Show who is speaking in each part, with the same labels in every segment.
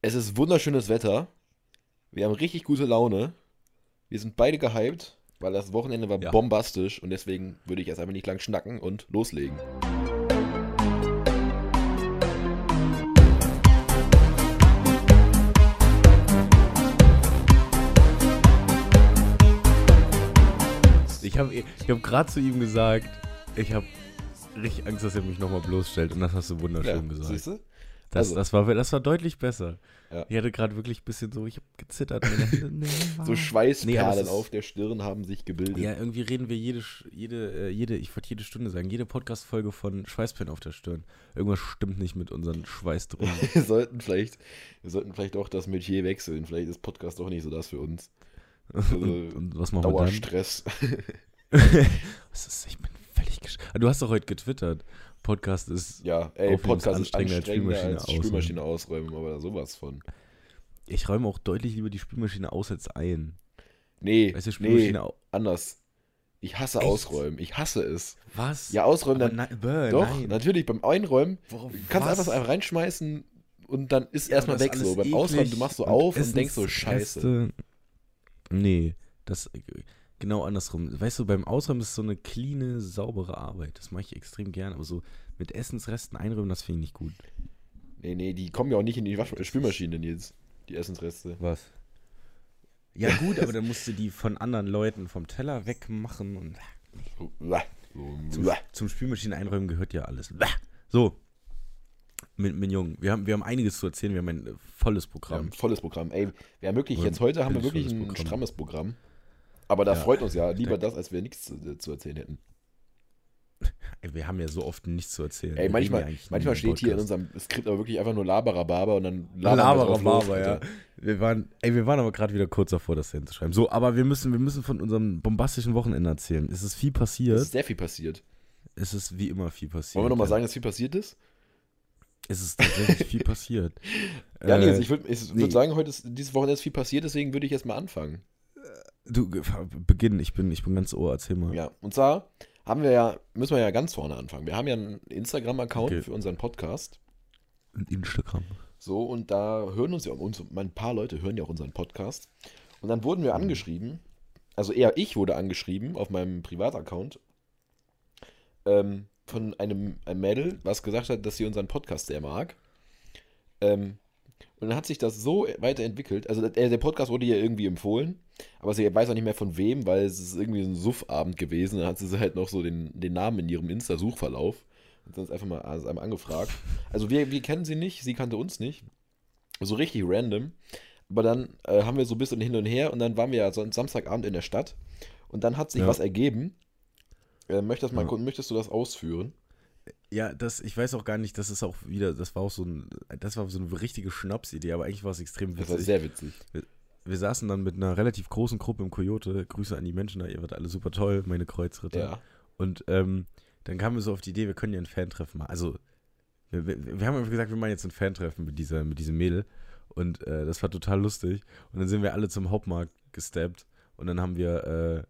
Speaker 1: Es ist wunderschönes Wetter. Wir haben richtig gute Laune. Wir sind beide gehypt, weil das Wochenende war
Speaker 2: Ja.
Speaker 1: bombastisch und deswegen würde ich jetzt einfach nicht lang schnacken und loslegen.
Speaker 2: Ich habe ich hab gerade zu ihm gesagt, ich habe richtig Angst, dass er mich nochmal bloßstellt. Und das hast du wunderschön gesagt.
Speaker 1: siehst du?
Speaker 2: Das,
Speaker 1: Also-
Speaker 2: das, war, das war deutlich besser.
Speaker 1: Ja.
Speaker 2: Ich hatte gerade wirklich ein bisschen so, ich habe gezittert. Mir dachte, nee,
Speaker 1: So
Speaker 2: Mann. Nee, aber es
Speaker 1: Schweißperlen
Speaker 2: ist-
Speaker 1: auf der Stirn haben sich gebildet.
Speaker 2: Ja, irgendwie reden wir jede, Sch- jede, äh, jede ich wollte jede Stunde sagen, jede Podcast-Folge von Schweißperlen auf der Stirn. Irgendwas stimmt nicht mit unseren Schweißdrücken.
Speaker 1: Wir sollten vielleicht, wir sollten vielleicht auch das Metier wechseln. Vielleicht ist Podcast doch nicht so das für uns. Also
Speaker 2: und, und was machen wir dann?
Speaker 1: Dauerstress.
Speaker 2: Es ist, ich bin völlig gesch Ah, Du hast doch heute getwittert. Podcast ist,
Speaker 1: Ja, ey,
Speaker 2: Aufnehmen ist
Speaker 1: Podcast ist
Speaker 2: anstrengender
Speaker 1: anstrengender,
Speaker 2: als
Speaker 1: als
Speaker 2: Spülmaschine
Speaker 1: Spülmaschine ausräumen, aber da sowas von.
Speaker 2: ich räume auch deutlich lieber die Spülmaschine aus als ein.
Speaker 1: Nee,
Speaker 2: Weißt du,
Speaker 1: nee,
Speaker 2: Spülmaschine au-
Speaker 1: anders. Ich hasse
Speaker 2: Echt?
Speaker 1: Ausräumen. Ich hasse es.
Speaker 2: Was?
Speaker 1: Ja, Ausräumen
Speaker 2: Aber
Speaker 1: dann.
Speaker 2: nein, bäh,
Speaker 1: doch,
Speaker 2: nein.
Speaker 1: natürlich, beim Einräumen
Speaker 2: Worauf-
Speaker 1: kannst du
Speaker 2: was?
Speaker 1: einfach einfach reinschmeißen und dann ist
Speaker 2: Ja,
Speaker 1: erstmal
Speaker 2: das
Speaker 1: weg
Speaker 2: alles
Speaker 1: so. Beim
Speaker 2: eklig
Speaker 1: Ausräumen, du machst so auf und denkst so, Scheiße.
Speaker 2: Essensreste. Nee, das genau andersrum. Weißt du, beim Ausräumen ist so eine cleane, saubere Arbeit. Das mache ich extrem gern, aber so mit Essensresten einräumen, das finde ich nicht gut.
Speaker 1: Nee, nee, die kommen ja auch nicht in die Wasch äh, Spülmaschine, Nils. Die Essensreste.
Speaker 2: Was? Ja gut, aber dann musst du die von anderen Leuten vom Teller wegmachen und
Speaker 1: So, blah, so,
Speaker 2: zum,
Speaker 1: blah.
Speaker 2: zum Spülmaschinen einräumen gehört ja alles. So. Mit, mit Jungen. Wir haben, wir haben einiges zu erzählen, wir haben ein äh, volles
Speaker 1: Wir
Speaker 2: Programm.
Speaker 1: haben volles Programm. Ey, wir haben wirklich,
Speaker 2: Oder
Speaker 1: jetzt heute haben wir
Speaker 2: ein
Speaker 1: wirklich ein
Speaker 2: bildvolles Programm.
Speaker 1: strammes Programm. Aber da
Speaker 2: Ja.
Speaker 1: freut uns ja lieber das, als wir nichts zu, zu erzählen hätten.
Speaker 2: Ey, wir haben ja so oft nichts zu erzählen. Wir
Speaker 1: Ey,
Speaker 2: reden ja
Speaker 1: manchmal,
Speaker 2: eigentlich nie
Speaker 1: manchmal
Speaker 2: im
Speaker 1: steht hier in
Speaker 2: Podcast.
Speaker 1: unserem Skript aber wirklich einfach nur Laberababer und dann labern wir drauf los,
Speaker 2: Laberababer, ja.
Speaker 1: Alter.
Speaker 2: Wir waren, ey, wir waren aber gerade wieder kurz davor, das da hinzuschreiben. So, aber wir müssen, wir müssen von unserem bombastischen Wochenende erzählen. Es ist viel passiert.
Speaker 1: Es ist sehr viel passiert.
Speaker 2: es ist wie immer viel passiert.
Speaker 1: Wollen wir
Speaker 2: ja.
Speaker 1: nochmal sagen, dass viel passiert ist?
Speaker 2: Es ist tatsächlich viel passiert.
Speaker 1: Ja,
Speaker 2: Äh,
Speaker 1: Nils, ich würde ich
Speaker 2: nee.
Speaker 1: würd sagen, heute ist, dieses Wochenende ist viel passiert, deswegen würde ich jetzt mal anfangen.
Speaker 2: du, ge- fa- beginn, ich bin, ich bin ganz ohr, erzähl mal.
Speaker 1: Ja, und zwar haben wir ja, müssen wir ja ganz vorne anfangen. Wir haben ja einen Instagram-Account
Speaker 2: Okay.
Speaker 1: für unseren Podcast.
Speaker 2: Und Instagram.
Speaker 1: So, und da hören uns ja uns, ein paar Leute hören ja auch unseren Podcast. Und dann wurden
Speaker 2: Mhm.
Speaker 1: wir angeschrieben, also eher ich wurde angeschrieben auf meinem Privataccount ähm, von einem, einem Mädel, was gesagt hat, dass sie unseren Podcast sehr mag. Ähm, und dann hat sich das so weiterentwickelt. Also der, der Podcast wurde ihr irgendwie empfohlen, aber sie weiß auch nicht mehr von wem, weil es ist irgendwie so ein Suffabend gewesen. Dann hat sie halt noch so den, den Namen in ihrem Insta-Suchverlauf. Hat sie uns einfach mal also einmal angefragt. Also wir, wir kennen sie nicht, sie kannte uns nicht. So richtig random. Aber dann äh, haben wir so ein bisschen hin und her und dann waren wir ja so am Samstagabend in der Stadt. Und dann hat sich
Speaker 2: Ja.
Speaker 1: was ergeben. Äh, möchtest, mal,
Speaker 2: Ja.
Speaker 1: kurz- möchtest du das ausführen?
Speaker 2: Ja, das, ich weiß auch gar nicht, das ist auch wieder, das war auch so ein, das war so eine richtige Schnapsidee, aber eigentlich war es extrem
Speaker 1: Das war
Speaker 2: witzig.
Speaker 1: sehr witzig.
Speaker 2: Wir saßen dann mit einer relativ großen Gruppe im Coyote, Grüße an die Menschen da, ihr wart alle super toll, meine Kreuzritter.
Speaker 1: Ja.
Speaker 2: Und ähm, dann kamen wir so auf die Idee, wir können ja ein Fantreffen machen. Also, wir, wir, wir haben einfach gesagt, wir machen jetzt ein Fantreffen mit, dieser, mit diesem Mädel. Und äh, das war total lustig. Und dann sind wir alle zum Hauptmarkt gesteppt. Und dann haben wir.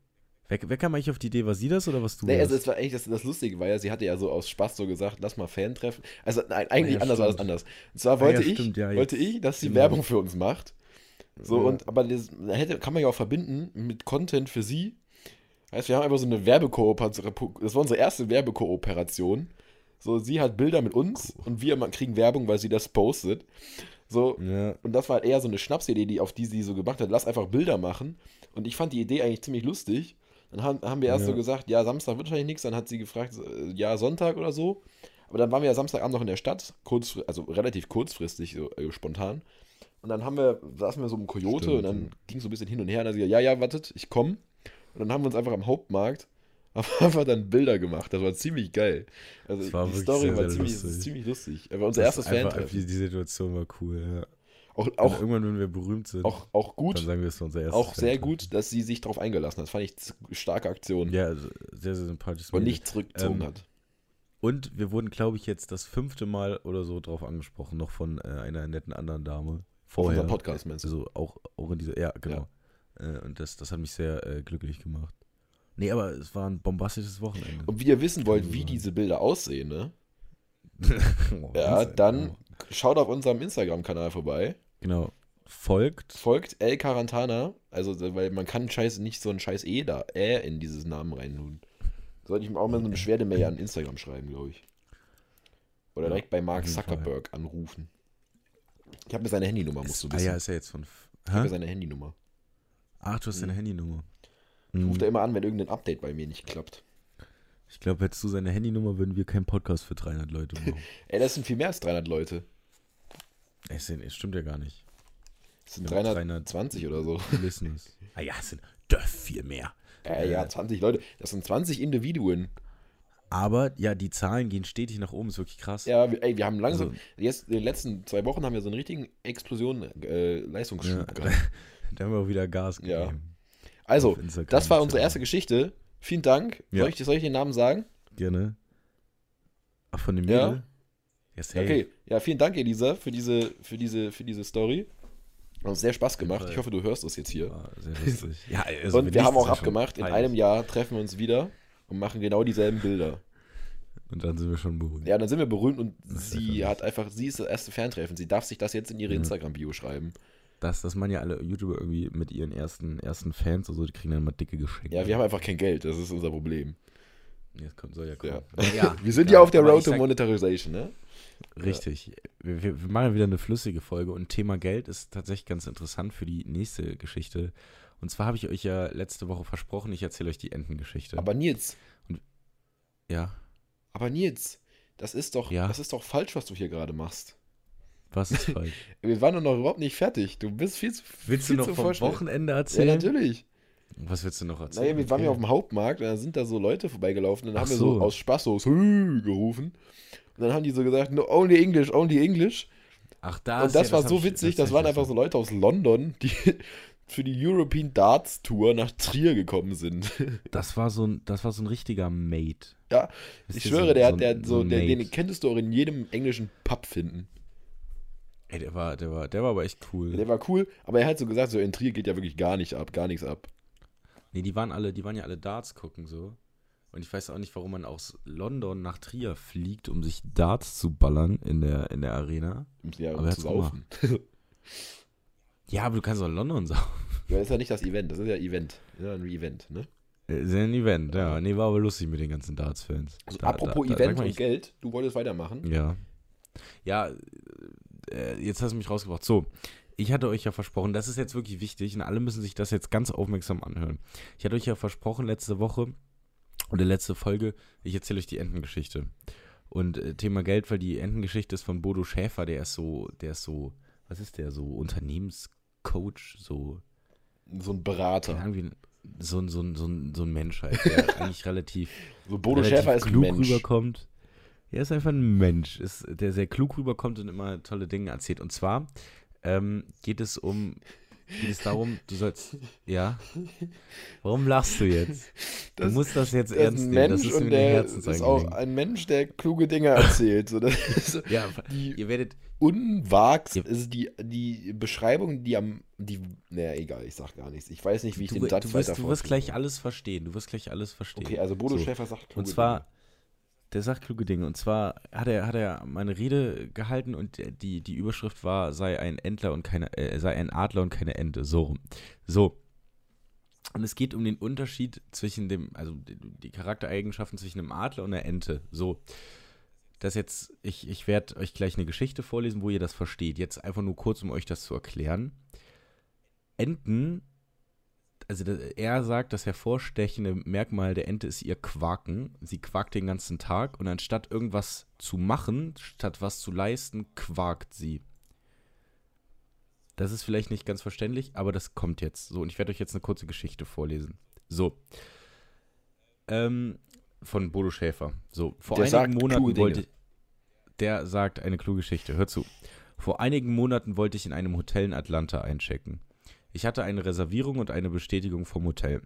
Speaker 2: Äh, wer, wer kam eigentlich auf die Idee? War sie das oder was du?
Speaker 1: Nee, also
Speaker 2: das?
Speaker 1: es war eigentlich das, das Lustige, war ja, sie hatte ja so aus Spaß so gesagt, lass mal Fan treffen. Also nein, eigentlich
Speaker 2: Ah, ja,
Speaker 1: anders war das
Speaker 2: stimmt. Ah,
Speaker 1: anders. Und zwar
Speaker 2: ja,
Speaker 1: wollte ich,
Speaker 2: stimmt, ja, jetzt.
Speaker 1: wollte ich, dass sie
Speaker 2: Genau.
Speaker 1: Werbung für uns macht. So
Speaker 2: Ja.
Speaker 1: und aber das da hätte, kann man ja auch verbinden mit Content für sie. Heißt, wir haben einfach so eine Werbekooperation. Das war unsere erste Werbekooperation. So, sie hat Bilder mit uns und wir ma- kriegen Werbung, weil sie das postet. So,
Speaker 2: ja,
Speaker 1: und das war halt eher so eine Schnapsidee, die, auf die sie so gemacht hat. Lass einfach Bilder machen. Und ich fand die Idee eigentlich ziemlich lustig. Dann haben, haben wir erst
Speaker 2: Ja.
Speaker 1: so gesagt, ja, Samstag wird wahrscheinlich nichts. Dann hat sie gefragt, so, äh, ja, Sonntag oder so. Aber dann waren wir ja Samstagabend noch in der Stadt, kurz, also relativ kurzfristig, so, äh, spontan. Und dann haben wir, saßen wir so im Kojote
Speaker 2: Stimmt,
Speaker 1: und dann
Speaker 2: ja.
Speaker 1: ging so ein bisschen hin und her. Und dann hat sie gesagt, ja, ja, wartet, ich komme. Und dann haben wir uns einfach am Hauptmarkt haben wir einfach dann Bilder gemacht. Das war ziemlich geil. Also
Speaker 2: Das war
Speaker 1: die
Speaker 2: wirklich
Speaker 1: Story
Speaker 2: sehr,
Speaker 1: war
Speaker 2: sehr
Speaker 1: ziemlich,
Speaker 2: lustig.
Speaker 1: ziemlich lustig. Aber unser
Speaker 2: Das
Speaker 1: erstes
Speaker 2: ist einfach-
Speaker 1: Fan-Treffen.
Speaker 2: Die, die Situation war cool. Ja.
Speaker 1: Auch,
Speaker 2: Auch,
Speaker 1: auch,
Speaker 2: irgendwann, wenn wir berühmt sind,
Speaker 1: auch, auch gut,
Speaker 2: dann sagen wir es ist unser erstes.
Speaker 1: auch sehr
Speaker 2: Fantreffen.
Speaker 1: gut, dass sie sich darauf eingelassen hat. Das fand ich z- starke Aktion.
Speaker 2: Ja, also sehr, sehr sympathisch.
Speaker 1: Und nicht zurückgezogen
Speaker 2: Ähm,
Speaker 1: hat.
Speaker 2: Und wir wurden, glaube ich, jetzt das fünfte Mal oder so drauf angesprochen, noch von äh, einer netten anderen Dame. Vorher.
Speaker 1: unserem Podcast, meinst du?
Speaker 2: Also auch, auch in dieser, ja, genau. Äh, und das, das hat mich sehr äh, glücklich gemacht. Nee, aber es war ein bombastisches Wochenende.
Speaker 1: Und wie ihr wissen wollt,
Speaker 2: so
Speaker 1: wie
Speaker 2: sagen.
Speaker 1: diese Bilder aussehen, ne?
Speaker 2: Oh,
Speaker 1: Ja,
Speaker 2: Wahnsinn.
Speaker 1: dann schaut auf unserem Instagram-Kanal vorbei.
Speaker 2: Genau. Folgt.
Speaker 1: Folgt El Carantana, also weil man kann scheiß, nicht so ein scheiß E da, Ä in dieses Namen reintun. Sollte ich ihm auch mal so eine Beschwerdemail an Instagram schreiben, glaube ich. Oder
Speaker 2: Ja,
Speaker 1: direkt bei Mark
Speaker 2: auf jeden Fall.
Speaker 1: Zuckerberg anrufen. Ich habe mir seine Handynummer, musst du
Speaker 2: ah
Speaker 1: wissen.
Speaker 2: ja, ist ja jetzt von. F-
Speaker 1: Ich habe
Speaker 2: Hä?
Speaker 1: seine Handynummer.
Speaker 2: Ach, du hast deine Handynummer.
Speaker 1: Ich
Speaker 2: Mhm.
Speaker 1: rufe da immer an, wenn irgendein Update bei mir nicht klappt.
Speaker 2: Ich glaube, hättest du seine Handynummer, würden wir keinen Podcast für 300 Leute machen.
Speaker 1: Ey, das sind viel mehr als 300 Leute.
Speaker 2: es, sind, es stimmt ja gar nicht.
Speaker 1: Das sind
Speaker 2: Ja,
Speaker 1: 320 oder so.
Speaker 2: Listeners. ah ja, es sind doch viel mehr.
Speaker 1: Äh, ja, 20 Leute. Das sind 20 Individuen.
Speaker 2: Aber ja, die Zahlen gehen stetig nach oben, ist wirklich krass.
Speaker 1: Ja, wir, ey, wir haben langsam.
Speaker 2: Also-
Speaker 1: jetzt, in den letzten zwei Wochen haben wir so einen richtigen Explosion äh, Leistungsschub
Speaker 2: Ja.
Speaker 1: gehabt.
Speaker 2: Da haben wir auch wieder Gas
Speaker 1: Ja.
Speaker 2: gegeben.
Speaker 1: Also,
Speaker 2: Auf Instagram
Speaker 1: das war
Speaker 2: ist
Speaker 1: unsere
Speaker 2: ja-
Speaker 1: erste Geschichte. Vielen Dank.
Speaker 2: Ja.
Speaker 1: Soll, ich, soll ich den Namen sagen?
Speaker 2: Gerne. Ach, von dem
Speaker 1: Ja.
Speaker 2: Mädel? Ja, safe.
Speaker 1: Okay. Ja, vielen Dank, Elisa, für diese, für diese, für diese Story. Hat uns sehr Spaß gemacht.
Speaker 2: Fall.
Speaker 1: Ich hoffe, du hörst es jetzt hier.
Speaker 2: War sehr lustig. Ja, also
Speaker 1: Und
Speaker 2: wenn
Speaker 1: wir
Speaker 2: nicht,
Speaker 1: haben
Speaker 2: ist
Speaker 1: auch
Speaker 2: ja schon
Speaker 1: abgemacht, in
Speaker 2: peinlich.
Speaker 1: einem Jahr treffen wir uns wieder und machen genau dieselben Bilder.
Speaker 2: Und dann sind wir schon beruhigt.
Speaker 1: Ja, dann sind wir berühmt und
Speaker 2: Das ist Mhm.
Speaker 1: sie
Speaker 2: ja
Speaker 1: hat einfach, sie ist das erste Ferntreffen. Sie darf sich das jetzt in ihre Instagram-Bio schreiben.
Speaker 2: Das, das machen ja alle YouTuber irgendwie mit ihren ersten, ersten Fans und so, die kriegen dann mal dicke Geschenke.
Speaker 1: Ja, wir haben einfach kein Geld, das ist unser Problem.
Speaker 2: Jetzt kommt, soll ja kommen.
Speaker 1: Ja.
Speaker 2: Ja,
Speaker 1: wir sind
Speaker 2: klar.
Speaker 1: ja auf der
Speaker 2: Aber
Speaker 1: Road
Speaker 2: ich
Speaker 1: to
Speaker 2: sag-
Speaker 1: Monetarization, ne?
Speaker 2: Richtig. Wir, wir, wir machen wieder eine flüssige Folge und Thema Geld ist tatsächlich ganz interessant für die nächste Geschichte. Und zwar habe ich euch ja letzte Woche versprochen, ich erzähle euch die Entengeschichte.
Speaker 1: Aber Nils,
Speaker 2: ja,
Speaker 1: aber Nils, das ist doch,
Speaker 2: Ja.
Speaker 1: das ist doch falsch, was du hier gerade machst.
Speaker 2: was ist falsch?
Speaker 1: Wir waren doch noch überhaupt nicht fertig. Du bist viel zu
Speaker 2: willst du
Speaker 1: viel
Speaker 2: noch
Speaker 1: zu
Speaker 2: vom
Speaker 1: vorschnell.
Speaker 2: Wochenende
Speaker 1: Ja,
Speaker 2: erzählen?
Speaker 1: natürlich.
Speaker 2: Was willst du noch erzählen?
Speaker 1: Naja, wir waren
Speaker 2: Okay.
Speaker 1: ja auf dem Hauptmarkt und dann sind da so Leute vorbeigelaufen und dann
Speaker 2: Ach
Speaker 1: haben wir so
Speaker 2: so.
Speaker 1: aus Spaß so "Hü", gerufen. Und dann haben die so gesagt, no, only English, only English.
Speaker 2: Ach, da
Speaker 1: Und das war so witzig, das waren einfach so Leute aus London, die für die European Darts Tour nach Trier gekommen sind.
Speaker 2: Das war so ein, das war so ein richtiger Mate.
Speaker 1: Ja,
Speaker 2: Wisst
Speaker 1: ich
Speaker 2: ihr,
Speaker 1: schwöre,
Speaker 2: so-
Speaker 1: der
Speaker 2: so
Speaker 1: hat, der,
Speaker 2: ein-
Speaker 1: hat so,
Speaker 2: ein
Speaker 1: der,
Speaker 2: Mate.
Speaker 1: den könntest du auch in jedem englischen Pub finden.
Speaker 2: Ey, der war, der war, der war aber echt cool.
Speaker 1: Der war cool, aber er hat so gesagt, so in Trier geht ja wirklich gar nicht ab, gar nichts ab.
Speaker 2: Nee, die waren alle, die waren ja alle Darts gucken so. Und ich weiß auch nicht, warum man aus London nach Trier fliegt, um sich Darts zu ballern in der, in der Arena.
Speaker 1: Ja,
Speaker 2: Aber
Speaker 1: um
Speaker 2: er
Speaker 1: zu
Speaker 2: hat's gemacht.
Speaker 1: saufen.
Speaker 2: Ja, aber du kannst auch in London sagen.
Speaker 1: Ja, das ist ja nicht das Event, das ist ja Event. Das ist ja ein Event, ne?
Speaker 2: Äh, Ist ja ein Event, ja. Nee, war aber lustig mit den ganzen Darts-Fans.
Speaker 1: Also,
Speaker 2: Da-
Speaker 1: apropos
Speaker 2: da- da-
Speaker 1: Event
Speaker 2: sag mal,
Speaker 1: und
Speaker 2: ich-
Speaker 1: Geld, du wolltest weitermachen.
Speaker 2: Ja. Ja, äh, jetzt hast du mich rausgebracht. So, ich hatte euch ja versprochen, das ist jetzt wirklich wichtig und alle müssen sich das jetzt ganz aufmerksam anhören. Ich hatte euch ja versprochen letzte Woche oder letzte Folge, ich erzähle euch die Entengeschichte. Und äh, Thema Geld, weil die Entengeschichte ist von Bodo Schäfer, der ist so, der ist so, was ist der, so Unternehmenscoach, so
Speaker 1: So ein Berater.
Speaker 2: irgendwie so, ein- so, ein- so, ein- so ein Mensch halt, der eigentlich relativ
Speaker 1: So Bodo
Speaker 2: relativ
Speaker 1: Schäfer ist ein
Speaker 2: klug
Speaker 1: Mensch.
Speaker 2: rüberkommt. Er ist einfach ein Mensch, ist, der sehr klug rüberkommt und immer tolle Dinge erzählt. Und zwar ähm, geht es um, geht es darum, du sollst, ja, warum lachst du jetzt? Du
Speaker 1: Das-
Speaker 2: musst das jetzt
Speaker 1: Das ist
Speaker 2: ernst
Speaker 1: ein
Speaker 2: nehmen, das
Speaker 1: Mensch
Speaker 2: ist
Speaker 1: und
Speaker 2: mir eine
Speaker 1: der ist auch
Speaker 2: Herzensangelegenheit.
Speaker 1: ein Mensch, der kluge Dinge erzählt. So, das ist
Speaker 2: Ja,
Speaker 1: die-
Speaker 2: ihr werdet,
Speaker 1: Unwagst
Speaker 2: Ja.
Speaker 1: ist die, die Beschreibung, die am. Die, naja, egal, ich sag gar nichts. Ich weiß nicht, wie ich
Speaker 2: du,
Speaker 1: den Satz
Speaker 2: du, wirst, du
Speaker 1: weiter
Speaker 2: wirst gleich
Speaker 1: fortführe.
Speaker 2: alles verstehen, du wirst gleich alles verstehen.
Speaker 1: Okay, also Bodo
Speaker 2: So.
Speaker 1: Schäfer sagt kluge
Speaker 2: Und zwar, der sagt kluge Dinge. Und zwar hat er, hat er meine Rede gehalten und die, die Überschrift war, sei ein Entler und keine, äh, sei ein Adler und keine Ente. So rum. So. Und es geht um den Unterschied zwischen dem, also die- die Charaktereigenschaften zwischen einem Adler und einer Ente. So. Das jetzt, ich, ich werde euch gleich eine Geschichte vorlesen, wo ihr das versteht. Jetzt einfach nur kurz, um euch das zu erklären. Enten also da- er sagt, das hervorstechende Merkmal der Ente ist ihr Quaken. Sie quakt den ganzen Tag und anstatt irgendwas zu machen, statt was zu leisten, quakt sie. Das ist vielleicht nicht ganz verständlich, aber das kommt jetzt. So, und ich werde euch jetzt eine kurze Geschichte vorlesen. So. Ähm, von Bodo Schäfer. So, vor
Speaker 1: Der sagt
Speaker 2: einigen
Speaker 1: kluge
Speaker 2: Monaten
Speaker 1: Dinge.
Speaker 2: wollte. Der sagt eine kluge Geschichte. Hör zu. Vor einigen Monaten wollte ich in einem Hotel in Atlanta einchecken. Ich hatte eine Reservierung und eine Bestätigung vom Hotel.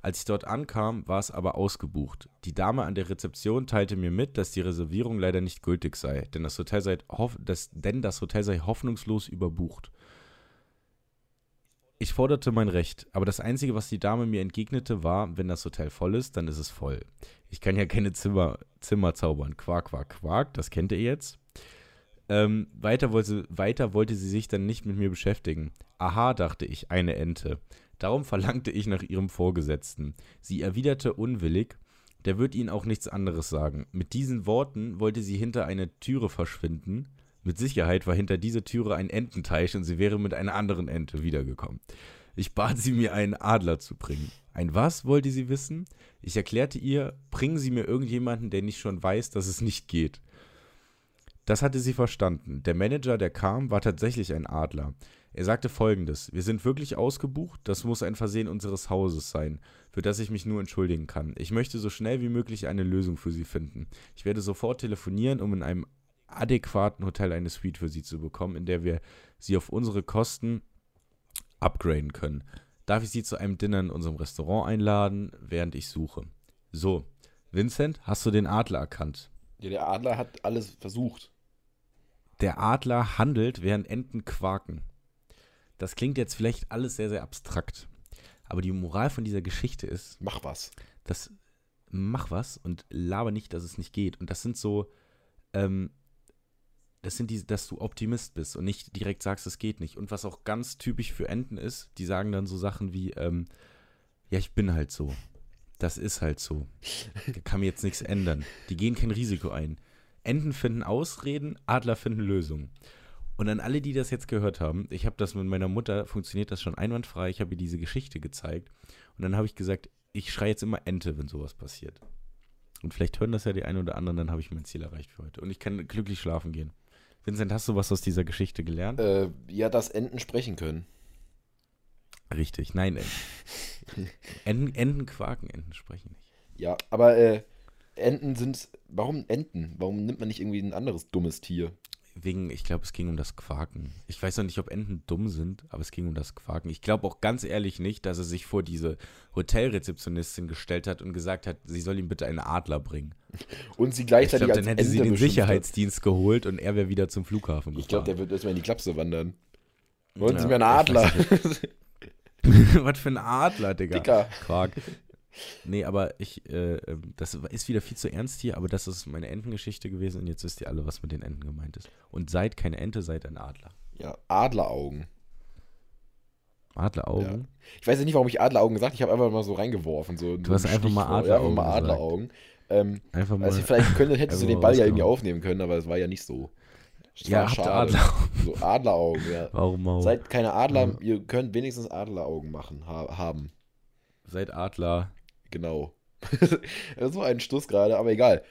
Speaker 2: Als ich dort ankam, war es aber ausgebucht. Die Dame an der Rezeption teilte mir mit, dass die Reservierung leider nicht gültig sei, denn das Hotel sei, hoff das, denn das Hotel sei hoffnungslos überbucht. Ich forderte mein Recht, aber das Einzige, was die Dame mir entgegnete, war, wenn das Hotel voll ist, dann ist es voll. Ich kann ja keine Zimmer, Zimmer zaubern. Quark, quark, quark, das kennt ihr jetzt. Ähm, weiter, wollte, weiter wollte sie sich dann nicht mit mir beschäftigen. Aha, dachte ich, eine Ente. Darum verlangte ich nach ihrem Vorgesetzten. Sie erwiderte unwillig, der wird Ihnen auch nichts anderes sagen. Mit diesen Worten wollte sie hinter eine Türe verschwinden. Mit Sicherheit war hinter dieser Türe ein Ententeich und sie wäre mit einer anderen Ente wiedergekommen. Ich bat sie, mir einen Adler zu bringen. Ein was wollte sie wissen? Ich erklärte ihr, bringen Sie mir irgendjemanden, der nicht schon weiß, dass es nicht geht. Das hatte sie verstanden. Der Manager, der kam, war tatsächlich ein Adler. Er sagte folgendes: Wir sind wirklich ausgebucht, das muss ein Versehen unseres Hauses sein, für das ich mich nur entschuldigen kann. Ich möchte so schnell wie möglich eine Lösung für Sie finden. Ich werde sofort telefonieren, um in einem adäquaten Hotel eine Suite für Sie zu bekommen, in der wir Sie auf unsere Kosten upgraden können. Darf ich Sie zu einem Dinner in unserem Restaurant einladen, während ich suche? So, Vincent, hast du den Adler erkannt?
Speaker 1: Ja, der Adler hat alles versucht.
Speaker 2: Der Adler handelt, während Enten quaken. Das klingt jetzt vielleicht alles sehr, sehr abstrakt. Aber die Moral von dieser Geschichte ist,
Speaker 1: Mach was.
Speaker 2: dass mach was und laber nicht, dass es nicht geht. Und das sind so, ähm, das sind die, dass du Optimist bist und nicht direkt sagst, es geht nicht. Und was auch ganz typisch für Enten ist, die sagen dann so Sachen wie, ähm, ja, ich bin halt so. Das ist halt so. Da kann mir jetzt nichts ändern. Die gehen kein Risiko ein. Enten finden Ausreden, Adler finden Lösungen. Und an alle, die das jetzt gehört haben, ich habe das mit meiner Mutter, funktioniert das schon einwandfrei, ich habe ihr diese Geschichte gezeigt. Und dann habe ich gesagt, ich schreie jetzt immer Ente, wenn sowas passiert. Und vielleicht hören das ja die einen oder anderen, dann habe ich mein Ziel erreicht für heute. Und ich kann glücklich schlafen gehen. Vincent, hast du was aus dieser Geschichte gelernt?
Speaker 1: Äh, ja, dass Enten sprechen können.
Speaker 2: Richtig, nein, Enten. Enten, Enten quaken, Enten sprechen nicht.
Speaker 1: Ja, aber äh, Enten sind. Warum Enten? Warum nimmt man nicht irgendwie ein anderes dummes Tier?
Speaker 2: Wegen, ich glaube, es ging um das Quaken. Ich weiß noch nicht, ob Enten dumm sind, aber es ging um das Quaken. Ich glaube auch ganz ehrlich nicht, dass er sich vor diese Hotelrezeptionistin gestellt hat und gesagt hat, sie soll ihm bitte einen Adler bringen.
Speaker 1: Und sie
Speaker 2: Ich
Speaker 1: gleichzeitig
Speaker 2: glaube, dann hätte sie den
Speaker 1: beschimpft hat.
Speaker 2: Sicherheitsdienst geholt und er wäre wieder zum Flughafen gefahren.
Speaker 1: Ich glaube, der wird erstmal in die Klapse wandern. Wollen
Speaker 2: Ja,
Speaker 1: Sie mir einen
Speaker 2: ich
Speaker 1: Adler?
Speaker 2: weiß Was für ein Adler, Digga.
Speaker 1: Dicker.
Speaker 2: Quark. Nee, aber ich, äh, ähm, das ist wieder viel zu ernst hier, aber das ist meine Entengeschichte gewesen und jetzt wisst ihr alle, was mit den Enten gemeint ist. Und seid keine Ente, seid ein Adler.
Speaker 1: ja, Adleraugen.
Speaker 2: Adleraugen?
Speaker 1: Ich weiß ja nicht, warum ich Adleraugen gesagt habe. Ich habe einfach mal so reingeworfen. So
Speaker 2: Du hast einfach mal
Speaker 1: Ja, einfach
Speaker 2: Adleraugen
Speaker 1: mal
Speaker 2: gesagt.
Speaker 1: Adleraugen. Ähm,
Speaker 2: Einfach mal.
Speaker 1: also vielleicht könnte, hättest du
Speaker 2: Einfach
Speaker 1: den
Speaker 2: mal
Speaker 1: Ball ja irgendwie
Speaker 2: rausgehauen.
Speaker 1: aufnehmen können, aber es war ja nicht so. Das
Speaker 2: ja,
Speaker 1: war
Speaker 2: habt ihr
Speaker 1: schade.
Speaker 2: Adleraugen. Oh.
Speaker 1: So Adleraugen, ja.
Speaker 2: Warum auch? Seid,
Speaker 1: Seid keine Adler, ihr könnt wenigstens Adleraugen machen, ha haben.
Speaker 2: Adler.
Speaker 1: Genau. so ein Stuss gerade, aber egal.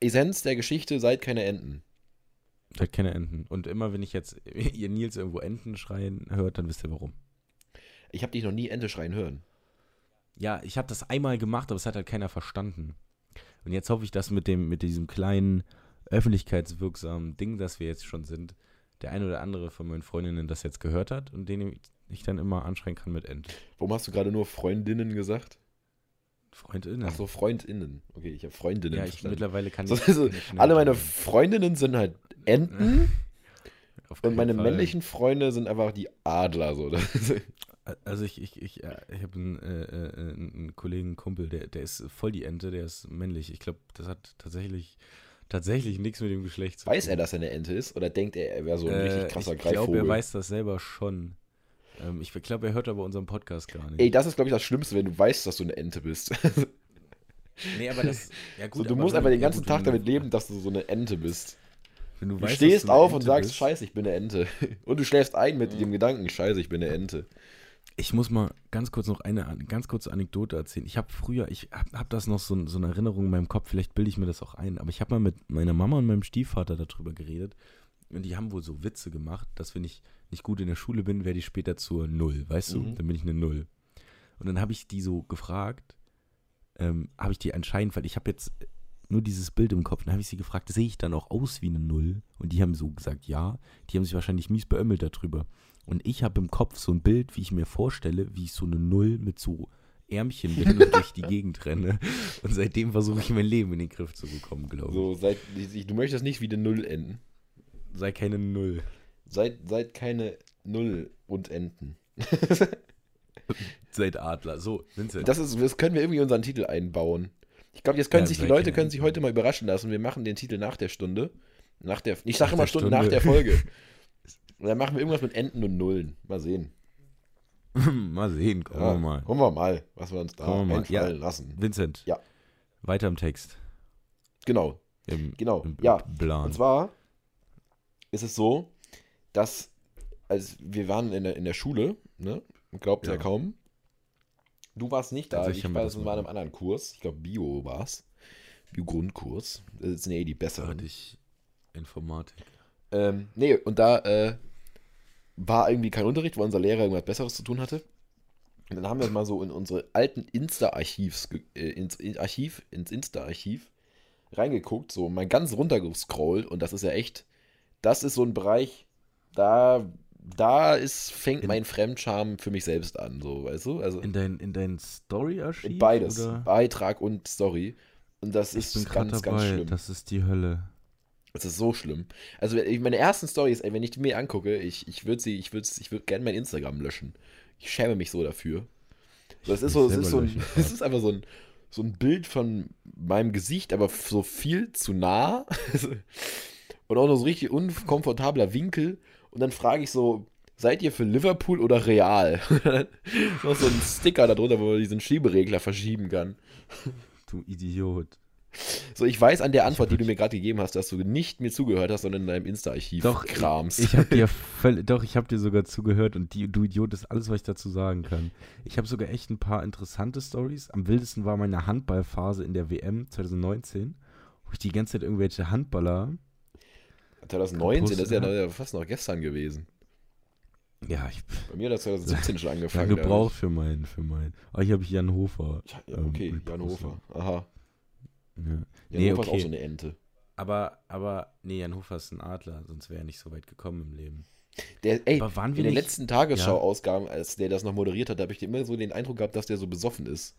Speaker 1: Essenz der Geschichte, seid keine Enten.
Speaker 2: Seid keine Enten. Und immer, wenn ich jetzt, ihr Nils irgendwo Enten schreien hört, dann wisst ihr warum.
Speaker 1: Ich habe dich noch nie Ente schreien hören.
Speaker 2: Ja, ich habe das einmal gemacht, aber es hat halt keiner verstanden. Und jetzt hoffe ich, dass mit dem, mit diesem kleinen öffentlichkeitswirksamen Ding, das wir jetzt schon sind, der ein oder andere von meinen Freundinnen das jetzt gehört hat und den ich dann immer anschreien kann mit Ent.
Speaker 1: Warum hast du gerade nur Freundinnen gesagt?
Speaker 2: Freundinnen.
Speaker 1: Ach so, Freundinnen. Okay, ich habe Freundinnen
Speaker 2: ja, ich,
Speaker 1: verstanden.
Speaker 2: mittlerweile kann
Speaker 1: So,
Speaker 2: ich.
Speaker 1: also,
Speaker 2: kann ich schnell
Speaker 1: Alle meine
Speaker 2: sagen.
Speaker 1: Freundinnen sind halt Enten
Speaker 2: Auf
Speaker 1: und
Speaker 2: keinen
Speaker 1: meine
Speaker 2: Fall.
Speaker 1: männlichen Freunde sind einfach die Adler. So. Das ist-
Speaker 2: Also ich, ich, ich, äh, ich habe einen, äh, äh, einen einen Kollegen, einen Kumpel, der, der ist voll die Ente, der ist männlich. Ich glaube, das hat tatsächlich, tatsächlich nichts mit dem Geschlecht zu
Speaker 1: Weiß
Speaker 2: tun.
Speaker 1: er, dass er eine Ente ist? Oder denkt er, er wäre so ein
Speaker 2: Äh,
Speaker 1: richtig krasser
Speaker 2: Ich glaube,
Speaker 1: Greifvogel?
Speaker 2: er weiß das selber schon. Ähm, ich glaube, er hört aber unseren Podcast gar nicht.
Speaker 1: Ey, das ist, glaube ich, das Schlimmste, wenn du weißt, dass du eine Ente bist.
Speaker 2: nee, aber das, ja
Speaker 1: so,
Speaker 2: gut,
Speaker 1: du
Speaker 2: aber
Speaker 1: musst
Speaker 2: wenn-
Speaker 1: einfach den
Speaker 2: ja
Speaker 1: ganzen
Speaker 2: gut,
Speaker 1: Tag
Speaker 2: wenn du-
Speaker 1: damit leben, dass du so eine Ente bist.
Speaker 2: Wenn du,
Speaker 1: Du
Speaker 2: weißt, dass
Speaker 1: stehst
Speaker 2: eine
Speaker 1: auf und
Speaker 2: Ente
Speaker 1: sagst,
Speaker 2: bist. Mhm.
Speaker 1: scheiße, ich bin eine Ente. Und du schläfst ein mit dem Gedanken, scheiße, ich bin eine Ente.
Speaker 2: Ich muss mal ganz kurz noch eine an- ganz kurze Anekdote erzählen. Ich habe früher, ich habe hab das noch so, so eine Erinnerung in meinem Kopf, vielleicht bilde ich mir das auch ein, aber ich habe mal mit meiner Mama und meinem Stiefvater darüber geredet und die haben wohl so Witze gemacht, dass wenn ich nicht gut in der Schule bin, werde ich später zur Null, weißt du?
Speaker 1: Mhm.
Speaker 2: Dann bin ich eine Null. Und dann habe ich die so gefragt, ähm, habe ich die anscheinend, weil ich habe jetzt nur dieses Bild im Kopf, dann habe ich sie gefragt, sehe ich dann auch aus wie eine Null? Und die haben so gesagt, ja. Die haben sich wahrscheinlich mies beömmelt darüber. Und ich habe im Kopf so ein Bild, wie ich mir vorstelle, wie ich so eine Null mit so Ärmchen bin und durch die Gegend renne. Und seitdem versuche ich mein Leben in den Griff zu bekommen, glaube ich.
Speaker 1: So, seit, du möchtest nicht wie eine Null enden.
Speaker 2: Sei keine Null.
Speaker 1: Seid, seid keine Null und Enten.
Speaker 2: Seid Adler. So, Vincent.
Speaker 1: Das, ist, das können wir irgendwie in unseren Titel einbauen. Ich glaube, jetzt können
Speaker 2: Ja,
Speaker 1: sich die
Speaker 2: seid
Speaker 1: Leute
Speaker 2: keine
Speaker 1: können sich
Speaker 2: Enten.
Speaker 1: heute mal überraschen lassen. Wir machen den Titel nach der Stunde. Nach der, ich sage immer
Speaker 2: der
Speaker 1: Stunden
Speaker 2: Stunde.
Speaker 1: nach der Folge. Und dann machen wir irgendwas mit Enden und Nullen. Mal sehen.
Speaker 2: mal sehen, gucken wir mal.
Speaker 1: Gucken wir mal, was wir uns da
Speaker 2: Gucken wir mal.
Speaker 1: einfallen
Speaker 2: Ja.
Speaker 1: lassen.
Speaker 2: Vincent.
Speaker 1: Oh. Ja.
Speaker 2: Weiter im Text.
Speaker 1: Genau,
Speaker 2: Im,
Speaker 1: genau.
Speaker 2: im
Speaker 1: Ja,
Speaker 2: Plan.
Speaker 1: Und zwar ist es so, dass also wir waren in der, in der Schule, ne? Glaubt ja.
Speaker 2: Ja.
Speaker 1: kaum. Du warst nicht da,
Speaker 2: Also ich
Speaker 1: ich
Speaker 2: kann mir
Speaker 1: war,
Speaker 2: das
Speaker 1: das war in
Speaker 2: machen.
Speaker 1: einem anderen Kurs. Ich glaube, Bio war es. Bio-Grundkurs. Das sind ja eh die
Speaker 2: da
Speaker 1: besseren.
Speaker 2: hatte ich Informatik.
Speaker 1: Ähm, nee, und da äh, war irgendwie kein Unterricht, weil unser Lehrer irgendwas Besseres zu tun hatte. Und dann haben wir mal so in unsere alten Insta-Archivs, ge- äh, ins in Archiv, ins Insta-Archiv reingeguckt, so mal ganz runtergescrollt und das ist ja echt, das ist so ein Bereich, da, da ist, fängt
Speaker 2: In-
Speaker 1: mein Fremdscham für mich selbst an, so, weißt du? Also
Speaker 2: In dein, in dein Story-Archiv?
Speaker 1: beides,
Speaker 2: Oder?
Speaker 1: Beitrag und Story. Und das
Speaker 2: Ich bin
Speaker 1: ist
Speaker 2: gerade
Speaker 1: ganz,
Speaker 2: dabei.
Speaker 1: ganz schlimm.
Speaker 2: Das ist die Hölle.
Speaker 1: Es ist so schlimm. Also ich- meine ersten Stories, ey, wenn ich die mir angucke, ich, ich würde sie, ich würde ich würde gerne mein Instagram löschen. Ich schäme mich so dafür. So, es ist so, es ist so ein, es ist einfach so ein, so ein Bild von meinem Gesicht, aber f- so viel zu nah und auch noch so richtig unkomfortabler Winkel. Und dann frage ich so, seid ihr für Liverpool oder Real? Und dann noch so ein Sticker da drunter, wo man diesen Schieberegler verschieben kann.
Speaker 2: Du Idiot.
Speaker 1: So, ich weiß an der Antwort, die du mir gerade gegeben hast, dass du nicht mir zugehört hast, sondern in deinem Insta-Archiv
Speaker 2: Doch,
Speaker 1: kramst.
Speaker 2: Ich habe dir völlig, doch, ich habe dir sogar zugehört und die, du Idiot ist alles, was ich dazu sagen kann. Ich habe sogar echt ein paar interessante Stories. Am wildesten war meine Handballphase in der WM 2019, wo ich die ganze Zeit irgendwelche Handballer.
Speaker 1: 2019, das ist ja,
Speaker 2: Gepostet
Speaker 1: ja fast noch gestern gewesen.
Speaker 2: Ja, ich
Speaker 1: Bei mir hat das 2017 schon
Speaker 2: habe
Speaker 1: angefangen.
Speaker 2: gebraucht für meinen, für meinen. Oh, hier habe ich Jan Hofer.
Speaker 1: Ja, ja, okay,
Speaker 2: ähm,
Speaker 1: Jan Hofer. Aha.
Speaker 2: Ja.
Speaker 1: Jan
Speaker 2: Nee,
Speaker 1: Hofer ist auch
Speaker 2: okay.
Speaker 1: so eine Ente.
Speaker 2: Aber, aber, nee, Jan Hofer ist ein Adler, sonst wäre er nicht so weit gekommen im Leben.
Speaker 1: Der, ey,
Speaker 2: Aber waren
Speaker 1: in
Speaker 2: wir
Speaker 1: den
Speaker 2: nicht-
Speaker 1: letzten Tagesschau-Ausgaben, als der das noch moderiert hat, da habe ich immer so den Eindruck gehabt, dass der so besoffen ist.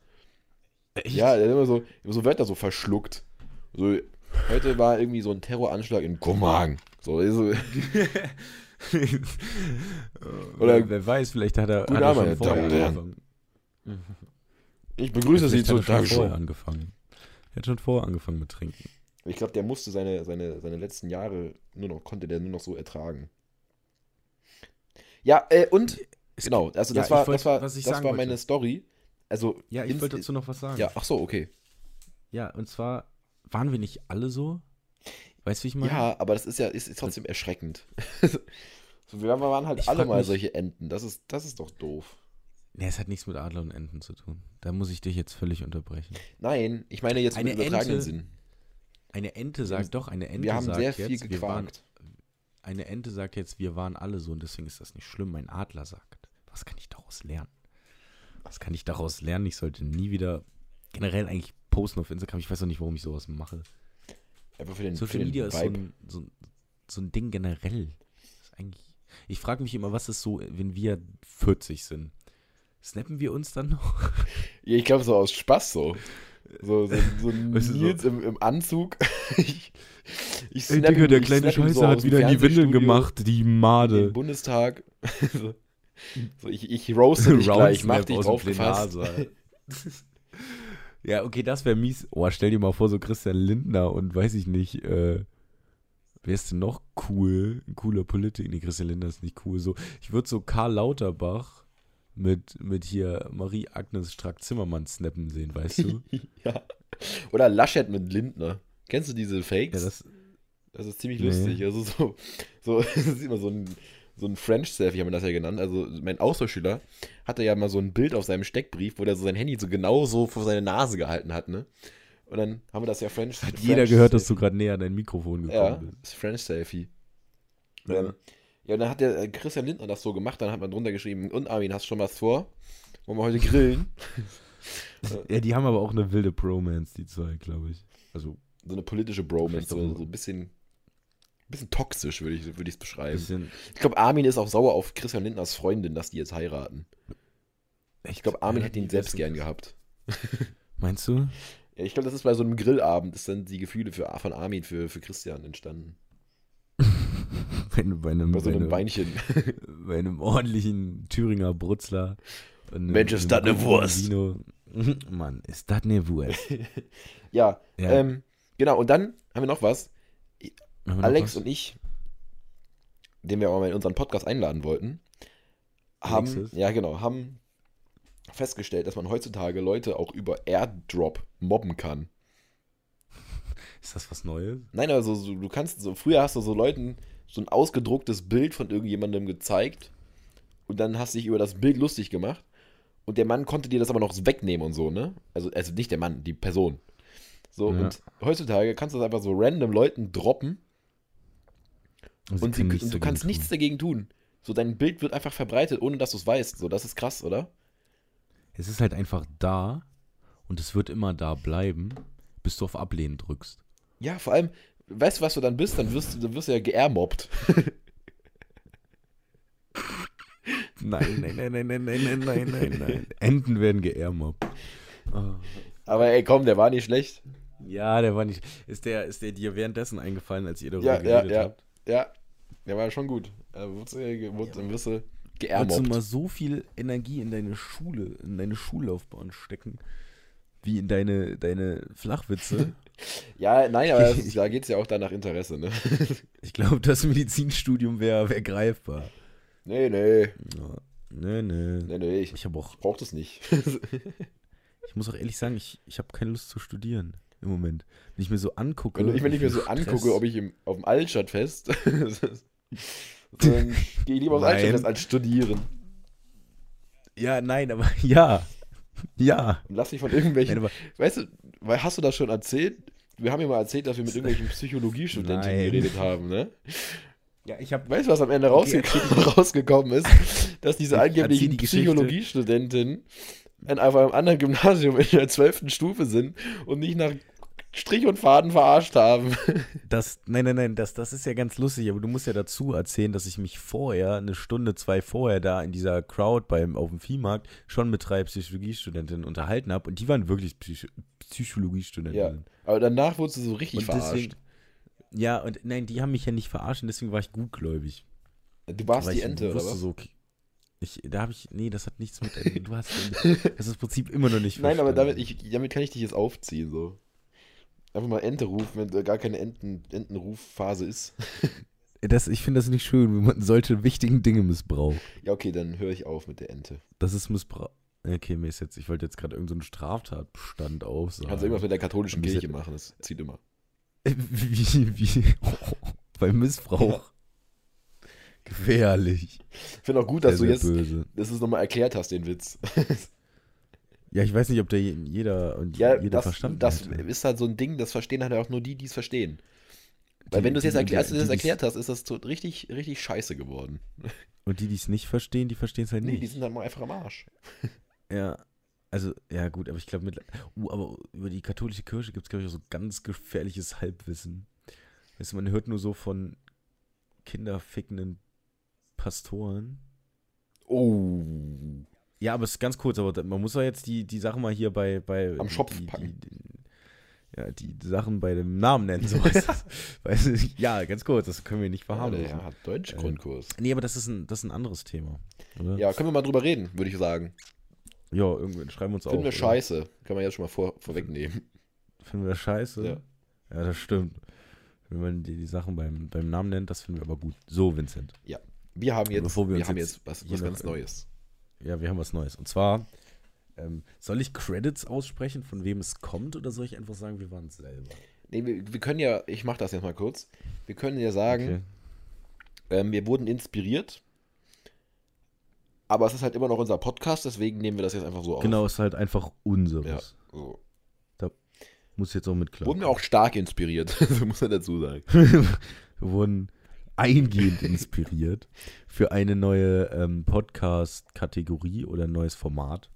Speaker 2: Echt?
Speaker 1: Ja, der hat immer so, immer so Wörter so verschluckt. So, heute war irgendwie so ein Terroranschlag in Kopenhagen. So, also, so, Oder-
Speaker 2: Oder wer weiß, vielleicht hat er, hat er
Speaker 1: Abend,
Speaker 2: schon
Speaker 1: meine
Speaker 2: vorher
Speaker 1: Damen und Herren.
Speaker 2: angefangen.
Speaker 1: ich begrüße Sie
Speaker 2: Vielleicht
Speaker 1: zur
Speaker 2: hat er schon
Speaker 1: Tagesschau.
Speaker 2: vorher angefangen. Er hat schon vorher angefangen mit Trinken.
Speaker 1: Ich glaube, der musste seine, seine, seine letzten Jahre nur noch, konnte der nur noch so ertragen. Ja, äh, und, genau, also
Speaker 2: ja,
Speaker 1: das
Speaker 2: ich
Speaker 1: war,
Speaker 2: wollte-
Speaker 1: das war,
Speaker 2: was ich
Speaker 1: das
Speaker 2: sagen
Speaker 1: war
Speaker 2: wollte.
Speaker 1: meine Story. Also,
Speaker 2: Ja,
Speaker 1: ins-
Speaker 2: ich wollte dazu noch was sagen.
Speaker 1: Ja, ach so, okay.
Speaker 2: Ja, und zwar waren wir nicht alle so? Weißt du, wie ich meine?
Speaker 1: Ja, aber das ist ja, ist, ist trotzdem erschreckend. so, wir waren halt
Speaker 2: Ich
Speaker 1: alle
Speaker 2: frag
Speaker 1: mal
Speaker 2: mich-
Speaker 1: solche Enten. Das ist, das ist doch doof.
Speaker 2: Nee, es hat nichts mit Adler und Enten zu tun. Da muss ich dich jetzt völlig unterbrechen.
Speaker 1: Nein, ich meine jetzt
Speaker 2: Eine
Speaker 1: mit übertragenen
Speaker 2: Ente
Speaker 1: Sinn.
Speaker 2: Eine Ente sagt doch, eine Ente
Speaker 1: Wir haben
Speaker 2: sagt
Speaker 1: sehr
Speaker 2: jetzt,
Speaker 1: viel
Speaker 2: wir waren,
Speaker 1: gequakt.
Speaker 2: eine Ente sagt jetzt, wir waren alle so und deswegen ist das nicht schlimm. Ein Adler sagt, was kann ich daraus lernen? Was kann ich daraus lernen? Ich sollte nie wieder generell eigentlich posten auf Instagram. Ich weiß auch nicht, warum ich sowas mache.
Speaker 1: Einfach für den, für
Speaker 2: Social
Speaker 1: den
Speaker 2: Media ist so
Speaker 1: Vibe.
Speaker 2: ein, so, ein- so ein Ding generell. Ist eigentlich, ich frage mich immer, was ist so, wenn wir 40 sind? Snappen wir uns dann noch?
Speaker 1: Ja, ich glaube, so aus Spaß so. So, so, so ein
Speaker 2: Weißt du, so-
Speaker 1: Nils Im, im Anzug. ich ich
Speaker 2: Ey,
Speaker 1: snap
Speaker 2: Digga,
Speaker 1: ihn-
Speaker 2: der
Speaker 1: ich
Speaker 2: kleine
Speaker 1: snap ihn
Speaker 2: Scheiße
Speaker 1: so aus
Speaker 2: hat
Speaker 1: dem
Speaker 2: wieder in die Windeln
Speaker 1: Fernsehstudio
Speaker 2: gemacht, die
Speaker 1: Im
Speaker 2: Made.
Speaker 1: Bundestag. so, so, ich, ich roaste dich gleich, mach
Speaker 2: Roundsnap
Speaker 1: dich
Speaker 2: aus dem
Speaker 1: drauf gefasst.
Speaker 2: Plenarsaal. ja, okay, das wäre mies. Oh, stell dir mal vor, so Christian Lindner und weiß ich nicht, äh, wer ist denn noch cool? Ein cooler Politiker. Nee, Christian Lindner ist nicht cool. So, ich würde so Karl Lauterbach mit, mit hier Marie-Agnes Strack-Zimmermann snappen sehen, weißt du?
Speaker 1: ja. Oder Laschet mit Lindner. Kennst du diese Fakes?
Speaker 2: ja, das,
Speaker 1: Das ist ziemlich
Speaker 2: Nee.
Speaker 1: lustig. Also so, so das ist immer so ein, so ein French-Selfie, haben wir das ja genannt. Also mein Austauschschüler hatte ja mal so ein Bild auf seinem Steckbrief, wo der so sein Handy so genau so vor seine Nase gehalten hat, ne? Und dann haben wir das ja French.
Speaker 2: hat jeder gehört, dass du gerade näher an dein Mikrofon gekommen
Speaker 1: Ja,
Speaker 2: bist.
Speaker 1: das French-Selfie. Ähm, ja, und dann hat der äh, Christian Lindner das so gemacht, dann hat man drunter geschrieben, und Armin, hast du schon was vor? Wollen wir heute grillen?
Speaker 2: Ja, die haben aber auch eine wilde Bromance, die zwei, glaube ich. Also,
Speaker 1: So eine politische Bromance,
Speaker 2: Vielleicht auch
Speaker 1: so,
Speaker 2: nur-
Speaker 1: so ein bisschen, bisschen toxisch, würde ich, würde ich es
Speaker 2: ein
Speaker 1: beschreiben.
Speaker 2: bisschen.
Speaker 1: Ich glaube, Armin ist auch sauer auf Christian Lindners Freundin, dass die jetzt heiraten. Ich glaube, Armin hätte ihn selbst gern gehabt.
Speaker 2: Meinst du?
Speaker 1: Ja, ich glaube, das ist bei so einem Grillabend, ist dann die Gefühle für, von Armin für, für Christian entstanden.
Speaker 2: Bei, bei, einem,
Speaker 1: Bei so einem
Speaker 2: bei, einem,
Speaker 1: Beinchen.
Speaker 2: bei einem ordentlichen Thüringer Brutzler. und einem-
Speaker 1: Mensch, ist das
Speaker 2: einem
Speaker 1: ne
Speaker 2: guten
Speaker 1: Wurst.
Speaker 2: Vino. Mann, ist das ne Wurst.
Speaker 1: ja,
Speaker 2: Ja.
Speaker 1: Ähm, genau. Und dann haben wir noch was.
Speaker 2: Haben wir noch
Speaker 1: Alex
Speaker 2: was?
Speaker 1: und ich, den wir auch mal in unseren Podcast einladen wollten, haben,
Speaker 2: Alexis?
Speaker 1: ja genau, haben festgestellt, dass man heutzutage Leute auch über Airdrop mobben kann.
Speaker 2: Ist das was Neues?
Speaker 1: Nein, also so, du kannst so, früher hast du so Leuten so ein ausgedrucktes Bild von irgendjemandem gezeigt und dann hast du dich über das Bild lustig gemacht und der Mann konnte dir das aber noch wegnehmen und so, ne? Also, also nicht der Mann, die Person. So,
Speaker 2: Ja.
Speaker 1: und heutzutage kannst du das einfach so random Leuten droppen und, sie, und
Speaker 2: können nichts
Speaker 1: du
Speaker 2: dagegen
Speaker 1: kannst
Speaker 2: tun.
Speaker 1: nichts dagegen tun. So, dein Bild wird einfach verbreitet, ohne dass du es weißt. So, das ist krass, oder?
Speaker 2: Es ist halt einfach da und es wird immer da bleiben, bis du auf Ablehnen drückst.
Speaker 1: Ja, vor allem, weißt du, was du dann bist? Dann wirst du, dann wirst du ja geärmobbt.
Speaker 2: Nein, nein, nein, nein, nein, nein, nein, nein, nein, nein. Enten werden geärmert. Oh.
Speaker 1: Aber ey, komm, der war nicht schlecht.
Speaker 2: Ja, der war nicht. Ist der, ist der dir währenddessen eingefallen, als ihr darüber
Speaker 1: Ja, ja,
Speaker 2: geredet
Speaker 1: ja.
Speaker 2: habt?
Speaker 1: Ja, der war schon gut. Da wurdest du, äh, ge- wurdest- dann wirst du
Speaker 2: Kannst du
Speaker 1: geärmobbt.
Speaker 2: mal so viel Energie in deine Schule, in deine Schullaufbahn stecken, wie in deine, deine Flachwitze?
Speaker 1: Ja, nein, aber das, ist- da geht es ja auch dann nach Interesse, ne?
Speaker 2: ich glaube, das Medizinstudium wäre wär greifbar.
Speaker 1: Nee, nee,
Speaker 2: Ja. Nee, nee.
Speaker 1: nee, nee, ich
Speaker 2: Ich habe auch
Speaker 1: brauch das nicht.
Speaker 2: Ich muss auch ehrlich sagen, ich, ich habe keine Lust zu studieren im Moment. Wenn ich mir so angucke.
Speaker 1: Wenn du- ich mir
Speaker 2: wie
Speaker 1: nicht mehr
Speaker 2: viel
Speaker 1: so angucke,
Speaker 2: Stress-
Speaker 1: ob ich im, auf dem Altstadtfest, dann gehe ich lieber aufs
Speaker 2: Nein.
Speaker 1: Altstadtfest als studieren.
Speaker 2: Ja, nein, aber ja. Ja.
Speaker 1: Und lass dich von irgendwelchen,
Speaker 2: Nein, aber,
Speaker 1: weißt du, weil- hast du das schon erzählt? Wir haben ja mal erzählt, dass wir mit irgendwelchen Psychologiestudenten
Speaker 2: Nein.
Speaker 1: geredet haben, ne?
Speaker 2: ja, ich habe.
Speaker 1: Weißt du, was am Ende rausgekommen, rausgekommen ist? Dass diese
Speaker 2: Ich
Speaker 1: angeblichen
Speaker 2: erzähl die Geschichte.
Speaker 1: Psychologiestudenten an auf einem anderen Gymnasium in der 12. Stufe sind und nicht nach Strich und Faden verarscht haben.
Speaker 2: Das, nein, nein, nein, das, das ist ja ganz lustig, aber du musst ja dazu erzählen, dass ich mich vorher, eine Stunde, zwei vorher da in dieser Crowd beim, auf dem Viehmarkt schon mit drei Psychologiestudentinnen unterhalten habe und die waren wirklich Psych
Speaker 1: Ja.
Speaker 2: Psychologiestudentinnen.
Speaker 1: Aber danach wurdest du so richtig
Speaker 2: und
Speaker 1: verarscht.
Speaker 2: deswegen. Ja, und nein, die haben mich ja nicht verarscht und deswegen war ich gutgläubig.
Speaker 1: du warst
Speaker 2: Weil
Speaker 1: die
Speaker 2: ich
Speaker 1: Ente, oder
Speaker 2: wusste
Speaker 1: was?
Speaker 2: so, okay, ich, da habe ich, nee, das hat nichts mit Ente. Du hast das ist das Prinzip immer noch nicht
Speaker 1: Nein, aber damit,
Speaker 2: verstanden.
Speaker 1: ich, damit kann ich dich jetzt aufziehen, so. Einfach mal Ente rufen, wenn äh, gar keine Enten, Entenrufphase ist.
Speaker 2: Das, ich finde das nicht schön, wenn man solche wichtigen Dinge missbraucht.
Speaker 1: Ja, okay, dann höre ich auf mit der Ente.
Speaker 2: Das ist Missbrauch. Okay, mir ist jetzt, ich wollte jetzt gerade irgendeinen so einen Straftatbestand aufsagen.
Speaker 1: Kannst du irgendwas mit der katholischen
Speaker 2: Diese-
Speaker 1: Kirche machen, das zieht immer.
Speaker 2: wie, wie, bei Missbrauch. Gefährlich.
Speaker 1: Ich finde auch gut, dass
Speaker 2: Sehr,
Speaker 1: du
Speaker 2: sehr
Speaker 1: jetzt,
Speaker 2: böse.
Speaker 1: dass du es nochmal erklärt hast, den Witz.
Speaker 2: Ja, ich weiß nicht, ob der je- jeder und
Speaker 1: Ja,
Speaker 2: jeder
Speaker 1: das,
Speaker 2: verstanden
Speaker 1: das
Speaker 2: hätte.
Speaker 1: ist halt so ein Ding, das verstehen halt auch nur die, die es verstehen. Weil
Speaker 2: Die-
Speaker 1: wenn du es jetzt
Speaker 2: die-
Speaker 1: erklär, als du
Speaker 2: die-
Speaker 1: das
Speaker 2: die-
Speaker 1: erklärt hast, ist das so richtig, richtig scheiße geworden.
Speaker 2: Und die, die es nicht verstehen, die verstehen es halt
Speaker 1: Nee,
Speaker 2: nicht.
Speaker 1: die sind dann mal einfach am Arsch.
Speaker 2: Ja, also, ja, gut, aber ich glaube, mit. Uh, aber über die katholische Kirche gibt es, glaube ich, auch so ganz gefährliches Halbwissen. Weißt du, man hört nur so von kinderfickenden Pastoren.
Speaker 1: Oh.
Speaker 2: Ja, aber es ist ganz kurz, aber da- man muss ja jetzt die, die Sachen mal hier bei. bei
Speaker 1: Am
Speaker 2: die-
Speaker 1: Schopf
Speaker 2: die,
Speaker 1: packen.
Speaker 2: Die, die, ja, die Sachen bei dem Namen nennen, so heißt das. Weißt du, ja, ganz kurz, das können wir nicht
Speaker 1: Ja,
Speaker 2: verharmlosen. Äh,
Speaker 1: der hat Deutschgrundkurs.
Speaker 2: Nee, aber das ist ein, das ist ein anderes Thema. Oder?
Speaker 1: Ja, können wir mal drüber reden, würde ich sagen.
Speaker 2: Ja, irgendwann schreiben wir uns
Speaker 1: Finden
Speaker 2: auf.
Speaker 1: wir
Speaker 2: oder?
Speaker 1: scheiße. Kann man jetzt schon mal vor, vorwegnehmen.
Speaker 2: Finden wir das scheiße?
Speaker 1: Ja.
Speaker 2: Ja, das stimmt. Wenn man die, die Sachen beim, beim Namen nennt, das finden wir aber gut. So, Vincent.
Speaker 1: Wir haben jetzt,
Speaker 2: Bevor
Speaker 1: wir
Speaker 2: wir uns
Speaker 1: haben
Speaker 2: jetzt
Speaker 1: jetzt was,
Speaker 2: hier
Speaker 1: was
Speaker 2: noch-
Speaker 1: ganz Neues.
Speaker 2: Ja, wir haben was Neues. Und zwar, ähm, soll ich Credits aussprechen, von wem es kommt, oder soll ich einfach sagen, wir waren es selber?
Speaker 1: Nee, wir, wir können ja, ich mache das jetzt mal kurz. Wir können ja sagen, Ähm, wir wurden inspiriert. Aber es ist halt immer noch unser Podcast, deswegen nehmen wir das jetzt einfach so auf.
Speaker 2: Genau, ist halt einfach unseres.
Speaker 1: Ja, so.
Speaker 2: Muss jetzt auch mit klar.
Speaker 1: Wurden wir auch stark inspiriert, so muss man dazu sagen.
Speaker 2: wir wurden eingehend inspiriert für eine neue ähm, Podcast-Kategorie oder ein neues Format.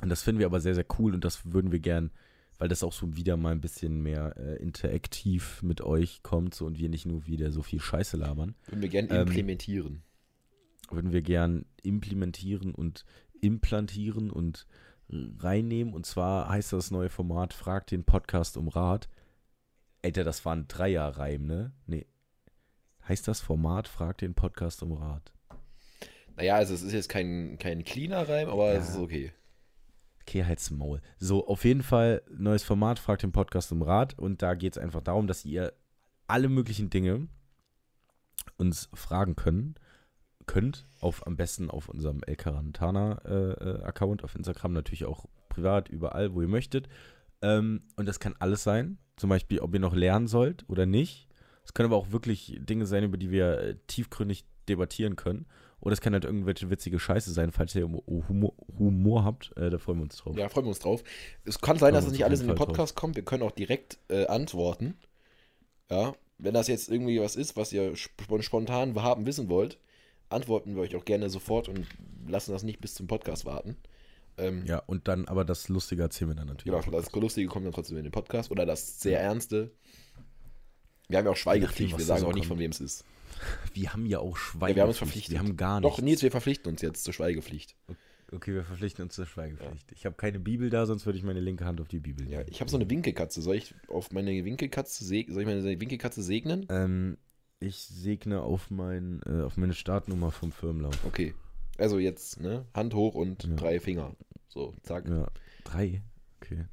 Speaker 2: Und das finden wir aber sehr, sehr cool und das würden wir gern, weil das auch so wieder mal ein bisschen mehr äh, interaktiv mit euch kommt so, und wir nicht nur wieder so viel Scheiße labern,
Speaker 1: Würden wir gerne
Speaker 2: Ähm,
Speaker 1: implementieren.
Speaker 2: würden wir gern implementieren und implantieren und reinnehmen. Und zwar heißt das neue Format Frag den Podcast um Rat. Alter, das war ein Dreierreim, ne? Nee. Heißt das Format Frag den Podcast um Rat?
Speaker 1: Naja, also es ist jetzt kein, kein cleaner Reim, aber es
Speaker 2: Ja.
Speaker 1: ist okay.
Speaker 2: Okay, halt's Maul. So, auf jeden Fall neues Format Frag den Podcast um Rat. Und da geht es einfach darum, dass ihr alle möglichen Dinge uns fragen können, könnt auf am besten auf unserem El Carantana äh, äh, Account auf Instagram natürlich auch privat überall, wo ihr möchtet. Ähm, und das kann alles sein, zum Beispiel, ob ihr noch lernen sollt oder nicht. Es können aber auch wirklich Dinge sein, über die wir äh, tiefgründig debattieren können. Oder es kann halt irgendwelche witzige Scheiße sein, falls ihr Humor, Humor habt. Äh, da freuen wir uns drauf.
Speaker 1: Ja, freuen wir uns drauf. Es kann sein, dass
Speaker 2: Freuen wir
Speaker 1: es
Speaker 2: uns
Speaker 1: nicht
Speaker 2: auf
Speaker 1: alles in
Speaker 2: jeden
Speaker 1: den
Speaker 2: Fall
Speaker 1: Podcast kommt. Wir können auch direkt äh, antworten. Ja, wenn das jetzt irgendwie was ist, was ihr sp spontan haben wissen wollt, antworten wir euch auch gerne sofort und lassen das nicht bis zum Podcast warten. Ähm,
Speaker 2: Ja, und dann, aber das Lustige erzählen wir dann natürlich.
Speaker 1: Genau, das Lustige kommt dann trotzdem in den Podcast oder das sehr Ernste. Wir haben ja auch Schweigepflicht,
Speaker 2: nachdem,
Speaker 1: wir
Speaker 2: was
Speaker 1: sagen
Speaker 2: da so
Speaker 1: auch nicht,
Speaker 2: kommt.
Speaker 1: von wem es ist.
Speaker 2: Wir haben ja auch Schweigen.
Speaker 1: Ja, wir haben uns verpflichtet.
Speaker 2: Wir haben gar Ah, nichts.
Speaker 1: Doch, Nils, wir verpflichten uns jetzt zur Schweigepflicht.
Speaker 2: Okay, wir verpflichten uns zur Schweigepflicht. Ich habe keine Bibel da, sonst würde ich meine linke Hand auf die Bibel
Speaker 1: Ja,
Speaker 2: legen.
Speaker 1: ich habe so eine Winkelkatze. Soll ich auf meine Winkelkatze segnen? Soll ich meine Winkelkatze segnen?
Speaker 2: Ähm, ich segne auf, mein, äh, auf meine Startnummer vom Firmenlauf.
Speaker 1: Okay. Also jetzt, ne? Hand hoch und
Speaker 2: Ja.
Speaker 1: drei Finger. So, zack.
Speaker 2: Ja, drei. Okay.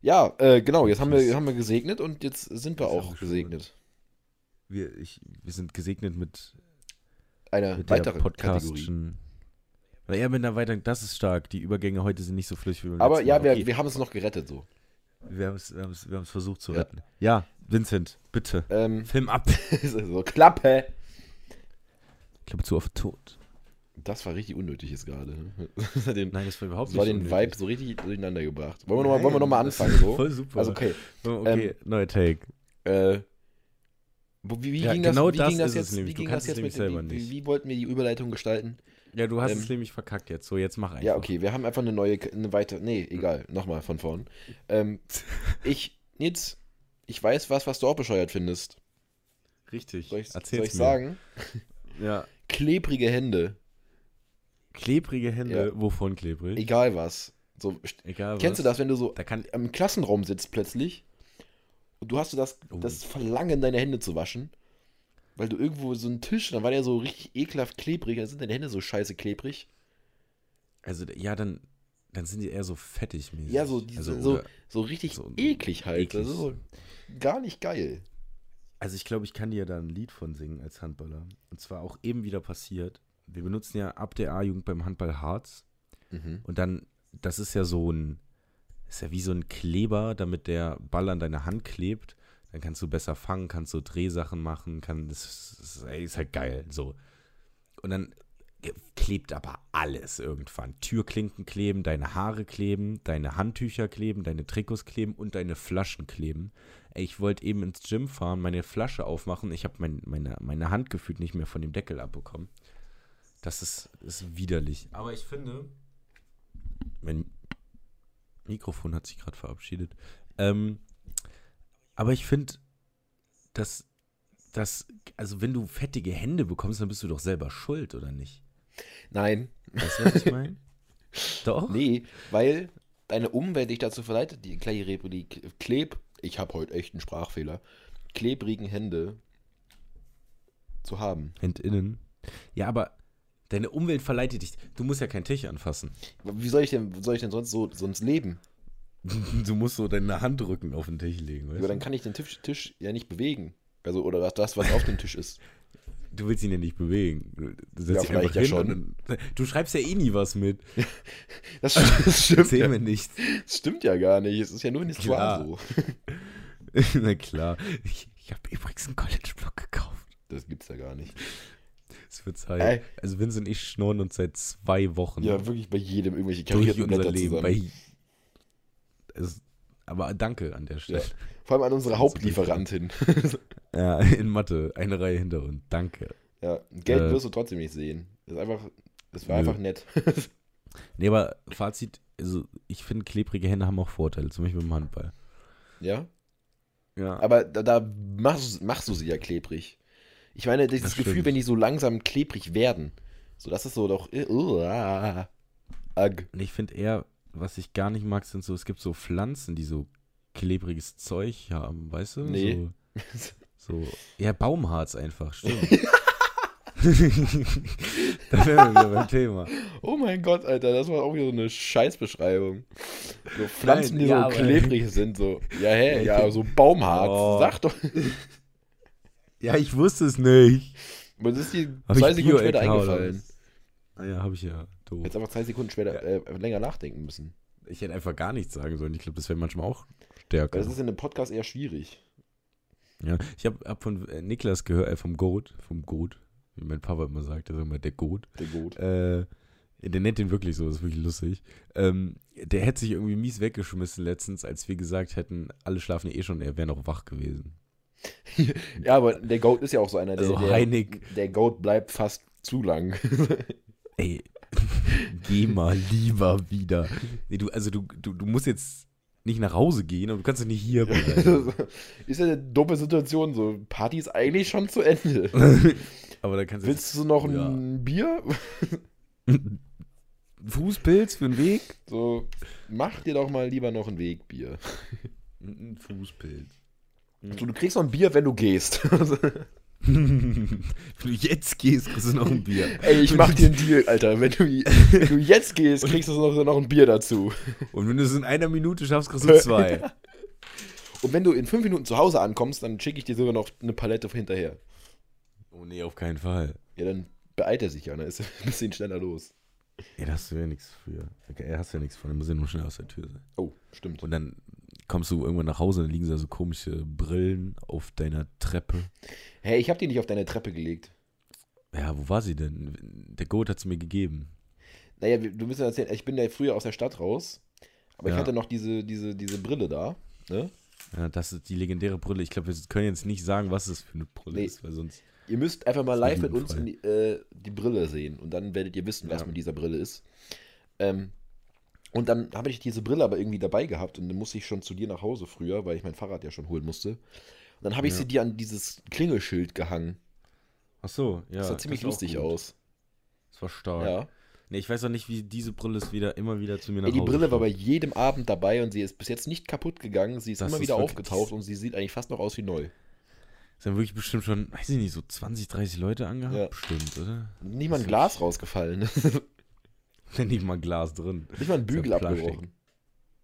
Speaker 1: Ja, äh, genau, jetzt haben wir,
Speaker 2: Krass.
Speaker 1: haben wir gesegnet und jetzt sind wir
Speaker 2: Jetzt haben
Speaker 1: auch
Speaker 2: wir schon
Speaker 1: gesegnet.
Speaker 2: Wir, ich, wir sind gesegnet mit,
Speaker 1: Eine
Speaker 2: mit der
Speaker 1: Äh, weitere Kategorie.
Speaker 2: Podcastschen. Ja, mit einer weiteren, das ist stark. Die Übergänge heute sind nicht so flüssig wie beim
Speaker 1: Aber
Speaker 2: letzten
Speaker 1: ja,
Speaker 2: Mal.
Speaker 1: wir,
Speaker 2: Okay,
Speaker 1: wir haben es noch gerettet so.
Speaker 2: wir, haben es wir haben's, wir haben's versucht zu
Speaker 1: Ja.
Speaker 2: retten. Ja, Vincent, bitte.
Speaker 1: Ähm,
Speaker 2: Film ab.
Speaker 1: so, Klappe!
Speaker 2: Klappe zu auf Tod.
Speaker 1: Das war richtig unnötig jetzt gerade. ne? Das hat den,
Speaker 2: Nein, das war überhaupt
Speaker 1: das war
Speaker 2: nicht
Speaker 1: den
Speaker 2: unnötig.
Speaker 1: Vibe so richtig durcheinander gebracht. Wollen wir nochmal
Speaker 2: Nein,
Speaker 1: noch mal
Speaker 2: das
Speaker 1: anfangen
Speaker 2: ist
Speaker 1: so?
Speaker 2: Voll super.
Speaker 1: Also okay,
Speaker 2: okay, neuer Take.
Speaker 1: äh, wo- wie, wie
Speaker 2: Ja,
Speaker 1: ging
Speaker 2: genau
Speaker 1: das, wie
Speaker 2: das
Speaker 1: ging das
Speaker 2: ist es
Speaker 1: jetzt, wie
Speaker 2: nämlich. Du
Speaker 1: ging
Speaker 2: kannst
Speaker 1: das jetzt
Speaker 2: es nämlich
Speaker 1: mit dem, wie,
Speaker 2: selber
Speaker 1: wie,
Speaker 2: nicht.
Speaker 1: wie wollten wir die Überleitung gestalten?
Speaker 2: Ja, du hast
Speaker 1: Ähm,
Speaker 2: es nämlich verkackt jetzt. So, jetzt mach einfach.
Speaker 1: Ja, okay, wir haben einfach eine neue, eine weitere, nee, egal, nochmal von vorn. Ähm, ich, Nils, ich weiß was, was du auch bescheuert findest.
Speaker 2: Richtig.
Speaker 1: Soll ich, soll
Speaker 2: Erzähl's
Speaker 1: ich
Speaker 2: mir.
Speaker 1: sagen?
Speaker 2: Ja.
Speaker 1: Klebrige Hände,
Speaker 2: Klebrige Hände. Wovon klebrig?
Speaker 1: egal was. So, st-
Speaker 2: Egal was.
Speaker 1: kennst du das, wenn du so
Speaker 2: Da kann,
Speaker 1: im Klassenraum sitzt plötzlich und du hast so das,
Speaker 2: Oh.
Speaker 1: das Verlangen, deine Hände zu waschen, weil du irgendwo so einen Tisch, dann war der so richtig ekelhaft klebrig, dann sind deine Hände so scheiße klebrig.
Speaker 2: also, ja, dann, dann sind die eher so fettig mäßig.
Speaker 1: Ja, so, diese,
Speaker 2: also,
Speaker 1: so,
Speaker 2: oder-
Speaker 1: so richtig
Speaker 2: so-
Speaker 1: eklig halt. Das
Speaker 2: eklig.
Speaker 1: ist so gar nicht geil.
Speaker 2: also ich glaube, ich kann dir da ein Lied von singen als Handballer. Und zwar auch eben wieder passiert. Wir benutzen ja ab der A-Jugend beim Handball Harz.
Speaker 1: Mhm.
Speaker 2: Und dann, das ist ja so ein, ist ja wie so ein Kleber, damit der Ball an deine Hand klebt. Dann kannst du besser fangen, kannst so Drehsachen machen, kann, das ist, das ist, ey, ist halt geil, so. Und dann klebt aber alles irgendwann. Türklinken kleben, deine Haare kleben, deine Handtücher kleben, deine Trikots kleben und deine Flaschen kleben. Ey, ich wollte eben ins Gym fahren, meine Flasche aufmachen, ich habe mein, meine, meine Hand gefühlt nicht mehr von dem Deckel abbekommen. Das ist, ist widerlich. Aber ich finde, mein Mikrofon hat sich gerade verabschiedet. Ähm, aber ich finde, dass, dass, also wenn du fettige Hände bekommst, dann bist du doch selber schuld, oder nicht?
Speaker 1: Nein,
Speaker 2: Weißt du, was ich meine? doch.
Speaker 1: Nee, weil deine Umwelt dich dazu verleitet, die klebrige, die kleb, ich habe heute echt einen Sprachfehler, klebrigen Hände zu haben.
Speaker 2: Händinnen. Ja, aber deine Umwelt verleitet dich. Du musst ja keinen Tisch anfassen.
Speaker 1: Wie soll ich denn, soll ich denn sonst so sonst leben?
Speaker 2: Du musst so deine Handrücken auf den Tisch legen,
Speaker 1: Aber dann kann ich den Tisch, Tisch ja nicht bewegen. Also, oder das- das, was auf dem Tisch ist.
Speaker 2: Du willst ihn ja nicht bewegen. Du, du setzt
Speaker 1: Ja,
Speaker 2: ihn einfach
Speaker 1: vielleicht ja
Speaker 2: hin
Speaker 1: schon.
Speaker 2: und dann- du schreibst ja eh nie was mit.
Speaker 1: Das, st- das stimmt,
Speaker 2: Erzähl
Speaker 1: ja,
Speaker 2: mir nichts.
Speaker 1: das stimmt ja gar nicht. Es ist ja nur ein Histoire
Speaker 2: Klar.
Speaker 1: so.
Speaker 2: Na klar. Ich, ich habe übrigens einen College-Block gekauft.
Speaker 1: Das gibt's ja gar nicht.
Speaker 2: Es wird Zeit.
Speaker 1: Ey.
Speaker 2: Also Vince und ich schnorren uns seit zwei Wochen
Speaker 1: Ja, wirklich bei jedem irgendwelche
Speaker 2: durch
Speaker 1: karierten
Speaker 2: unser
Speaker 1: Blätter
Speaker 2: Leben.
Speaker 1: zusammen.
Speaker 2: Bei, es, aber danke an der
Speaker 1: ja.
Speaker 2: Stelle.
Speaker 1: Vor allem an unsere Hauptlieferantin.
Speaker 2: Ja. in Mathe, eine Reihe hinter uns. Danke.
Speaker 1: Ja, Geld
Speaker 2: Äh.
Speaker 1: wirst du trotzdem nicht sehen. Das ist einfach, das war
Speaker 2: Nö.
Speaker 1: einfach nett.
Speaker 2: Nee, aber Fazit, also ich finde, klebrige Hände haben auch Vorteile, zum Beispiel beim Handball.
Speaker 1: ja.
Speaker 2: Ja.
Speaker 1: Aber da, da machst, machst du sie ja klebrig. Ich meine, dieses
Speaker 2: Das
Speaker 1: Gefühl,
Speaker 2: stimmt.
Speaker 1: wenn die so langsam klebrig werden, so das ist so doch. äh, uh, ah, Uah, ag.
Speaker 2: Und ich finde eher, was ich gar nicht mag, sind so, es gibt so Pflanzen, die so klebriges Zeug haben, weißt du?
Speaker 1: Nee.
Speaker 2: So, so ja, Baumharz einfach, stimmt. da wären wir wieder beim Thema.
Speaker 1: Oh mein Gott, Alter, das war auch wieder so eine Scheißbeschreibung. So Pflanzen,
Speaker 2: Nein,
Speaker 1: die
Speaker 2: ja,
Speaker 1: so
Speaker 2: aber-
Speaker 1: klebrig sind, so. Ja, hä,
Speaker 2: ich
Speaker 1: ja,
Speaker 2: find-
Speaker 1: so Baumharz.
Speaker 2: Oh.
Speaker 1: Sag doch.
Speaker 2: Ja, ich wusste es nicht.
Speaker 1: Aber das ist dir
Speaker 2: Hab
Speaker 1: zwei
Speaker 2: ich
Speaker 1: Sekunden später
Speaker 2: Bio-LK oder
Speaker 1: eingefallen.
Speaker 2: was? Ah ja, habe ich ja. Doof.
Speaker 1: Jetzt einfach zwei Sekunden später äh, länger nachdenken müssen.
Speaker 2: Ich hätte einfach gar nichts sagen sollen. Ich glaube, das wäre manchmal auch
Speaker 1: Weil
Speaker 2: stärker.
Speaker 1: das ist in einem Podcast eher schwierig.
Speaker 2: Ja, ich habe hab von äh, Niklas gehört, äh, vom Goat, vom Goat, wie mein Papa immer sagt, der sagt immer der Goat.
Speaker 1: Der Goat.
Speaker 2: Äh, der nennt den wirklich so, das ist wirklich lustig. Ähm, der hätte sich irgendwie mies weggeschmissen letztens, als wir gesagt hätten, alle schlafen eh schon, er wäre noch wach gewesen.
Speaker 1: Ja, aber der Goat ist ja auch so einer, der,
Speaker 2: Also
Speaker 1: der,
Speaker 2: Heinig.
Speaker 1: der Goat bleibt fast zu lang.
Speaker 2: Ey, geh mal lieber wieder. Nee, du, also du, du, du musst jetzt nicht nach Hause gehen, aber du kannst doch nicht hier bleiben.
Speaker 1: ist ja eine dumme Situation. So, Party ist eigentlich schon zu Ende.
Speaker 2: aber da kannst du
Speaker 1: Willst
Speaker 2: jetzt
Speaker 1: du noch ein
Speaker 2: Ja.
Speaker 1: Bier?
Speaker 2: Fußpilz für den Weg?
Speaker 1: So, mach dir doch mal lieber noch ein Wegbier.
Speaker 2: Ein Fußpilz. Hm.
Speaker 1: So, du kriegst noch ein Bier, wenn du gehst.
Speaker 2: Wenn du jetzt gehst, kriegst du noch ein Bier.
Speaker 1: Ey, ich mach dir einen Deal, Alter. Wenn du, wenn du jetzt gehst, kriegst du noch, noch ein Bier dazu.
Speaker 2: Und wenn du es in einer Minute schaffst, kriegst du zwei.
Speaker 1: Und wenn du in fünf Minuten zu Hause ankommst, dann schicke ich dir sogar noch eine Palette hinterher.
Speaker 2: Oh nee, auf keinen Fall.
Speaker 1: Ja, dann beeilt er sich ja, dann ist er ein bisschen schneller los.
Speaker 2: Ey, da hast du ja nichts für. Okay, da hast du ja nichts von. Du musst ja nur schnell aus der Tür sein.
Speaker 1: Oh, stimmt.
Speaker 2: Und dann kommst du irgendwann nach Hause und dann liegen da so komische Brillen auf deiner Treppe.
Speaker 1: Hey, ich hab die nicht auf deine Treppe gelegt.
Speaker 2: Ja, wo war sie denn? Der Goat hat sie mir gegeben.
Speaker 1: Naja, wir- du musst ja erzählen, ich bin ja früher aus der Stadt raus, aber ich
Speaker 2: Ja.
Speaker 1: hatte noch diese, diese, diese Brille da. Ne?
Speaker 2: Ja, das ist die legendäre Brille. Ich glaube, wir können jetzt nicht sagen, was das für eine Brille
Speaker 1: Nee.
Speaker 2: ist, weil sonst.
Speaker 1: Ihr müsst einfach mal
Speaker 2: Das
Speaker 1: live
Speaker 2: ist
Speaker 1: mit
Speaker 2: ein
Speaker 1: uns in die, äh, die Brille sehen und dann werdet ihr wissen, was
Speaker 2: Ja.
Speaker 1: mit dieser Brille ist. Ähm, und dann habe ich diese Brille aber irgendwie dabei gehabt und dann musste ich schon zu dir nach Hause früher, weil ich mein Fahrrad ja schon holen musste. Und dann habe ich
Speaker 2: Ja.
Speaker 1: sie dir an dieses Klingelschild gehangen.
Speaker 2: Ach so, ja.
Speaker 1: Das sah ziemlich
Speaker 2: ist auch
Speaker 1: lustig
Speaker 2: gut.
Speaker 1: aus.
Speaker 2: Das war stark.
Speaker 1: Ja.
Speaker 2: Nee, ich weiß auch nicht, wie diese Brille es wieder immer wieder zu mir nach
Speaker 1: Ey, die
Speaker 2: Hause
Speaker 1: Brille war
Speaker 2: schafft.
Speaker 1: bei jedem Abend dabei und sie ist bis jetzt nicht kaputt gegangen. Sie ist
Speaker 2: Das
Speaker 1: immer
Speaker 2: ist
Speaker 1: wieder
Speaker 2: wirklich-
Speaker 1: aufgetaucht und sie sieht eigentlich fast noch aus wie neu.
Speaker 2: Das haben wirklich bestimmt schon, weiß ich nicht, so 20, 30 Leute angehabt?
Speaker 1: Ja.
Speaker 2: Bestimmt, oder?
Speaker 1: Nicht mal ein
Speaker 2: Das
Speaker 1: Glas rausgefallen. nicht
Speaker 2: Wenn nicht mal ein Glas drin.
Speaker 1: mal ein Bügel
Speaker 2: ja Plastik.
Speaker 1: abgebrochen.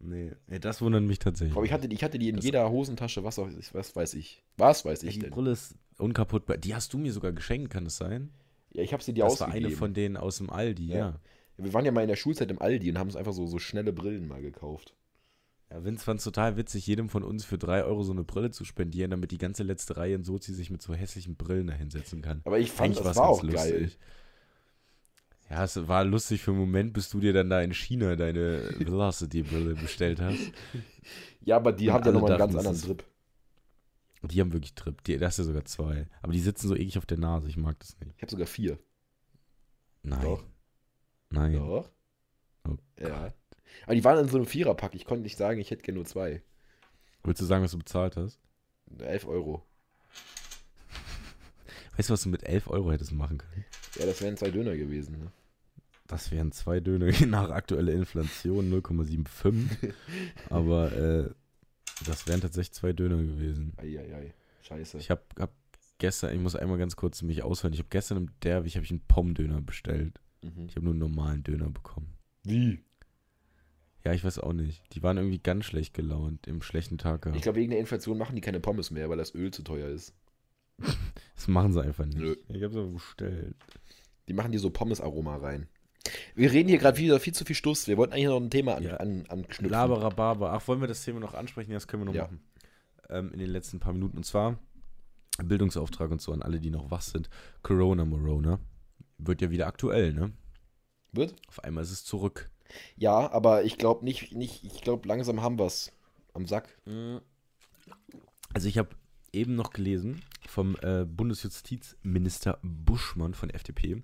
Speaker 2: Nee. Ey, das wundert mich tatsächlich.
Speaker 1: Aber ich hatte, die- ich hatte die in
Speaker 2: Das-
Speaker 1: jeder Hosentasche, was, auch, was weiß ich. Was weiß
Speaker 2: Ey,
Speaker 1: ich
Speaker 2: die
Speaker 1: denn?
Speaker 2: Brille ist unkaputtbar. Die hast du mir sogar geschenkt, kann es sein?
Speaker 1: Ja, ich habe sie dir
Speaker 2: das war
Speaker 1: ausgegeben.
Speaker 2: eine von denen aus dem Aldi,
Speaker 1: Ja.
Speaker 2: ja. ja.
Speaker 1: Wir waren ja mal in der Schulzeit im Aldi und haben uns einfach so, so schnelle Brillen mal gekauft.
Speaker 2: Vince fand es total witzig, jedem von uns für 3 Euro so eine Brille zu spendieren, damit die ganze letzte Reihe in Sozi sich mit so hässlichen Brillen dahinsetzen kann.
Speaker 1: Aber ich fand, das
Speaker 2: war's
Speaker 1: war
Speaker 2: ganz
Speaker 1: auch geil.
Speaker 2: Ja, es war lustig für einen Moment, bis du dir dann da in China deine Velocity-Brille bestellt hast.
Speaker 1: Ja, aber die
Speaker 2: Und
Speaker 1: haben ja
Speaker 2: alle
Speaker 1: nochmal einen ganz
Speaker 2: dachten, es
Speaker 1: anderen
Speaker 2: ist-
Speaker 1: Trip.
Speaker 2: Und Die haben wirklich Trip. Die, das ist ja sogar zwei. Aber die sitzen so eklig auf der Nase. Ich mag das nicht.
Speaker 1: Ich habe sogar vier.
Speaker 2: Nein.
Speaker 1: Doch.
Speaker 2: Nein.
Speaker 1: Doch.
Speaker 2: Oh
Speaker 1: ja. Aber die waren in so einem Viererpack. Ich konnte nicht sagen, ich hätte gerne nur zwei.
Speaker 2: Willst du sagen, was du bezahlt hast?
Speaker 1: Elf Euro.
Speaker 2: Weißt du, was du mit 11 Euro hättest machen können?
Speaker 1: Ja, das wären zwei Döner gewesen. Ne?
Speaker 2: Das wären zwei Döner je nach aktueller Inflation 0,75. Aber äh, das wären tatsächlich zwei Döner gewesen.
Speaker 1: Eieiei. Scheiße.
Speaker 2: Ich habe hab gestern, ich muss einmal ganz kurz mich ausholen. Ich habe gestern im Derwig hab ich einen Pommdöner bestellt.
Speaker 1: Mhm.
Speaker 2: Ich habe nur einen normalen Döner bekommen.
Speaker 1: Wie?
Speaker 2: Ja, ich weiß auch nicht. Die waren irgendwie ganz schlecht gelaunt im schlechten Tag. gehabt.
Speaker 1: Ich glaube, wegen der Inflation machen die keine Pommes mehr, weil das Öl zu teuer ist.
Speaker 2: Das machen sie einfach nicht.
Speaker 1: Nö.
Speaker 2: Ich hab's aber bestellt.
Speaker 1: Die machen dir so Pommes-Aroma rein. Wir reden hier gerade wieder viel zu viel Stuss. Wir wollten eigentlich noch ein Thema an,
Speaker 2: Ja.
Speaker 1: an, anknüpfen.
Speaker 2: Laberababa. Ach, wollen wir das Thema noch ansprechen? Ja, das können wir noch
Speaker 1: Ja.
Speaker 2: machen. Ähm, in den letzten paar Minuten. Und zwar Bildungsauftrag und so an alle, die noch wach sind. Corona Morona. Wird ja wieder aktuell, ne?
Speaker 1: Wird?
Speaker 2: Auf einmal ist es zurück.
Speaker 1: Ja, aber ich glaube nicht, nicht, ich glaube, langsam haben wir es am Sack.
Speaker 2: Also ich habe eben noch gelesen vom äh, Bundesjustizminister Buschmann von FDP,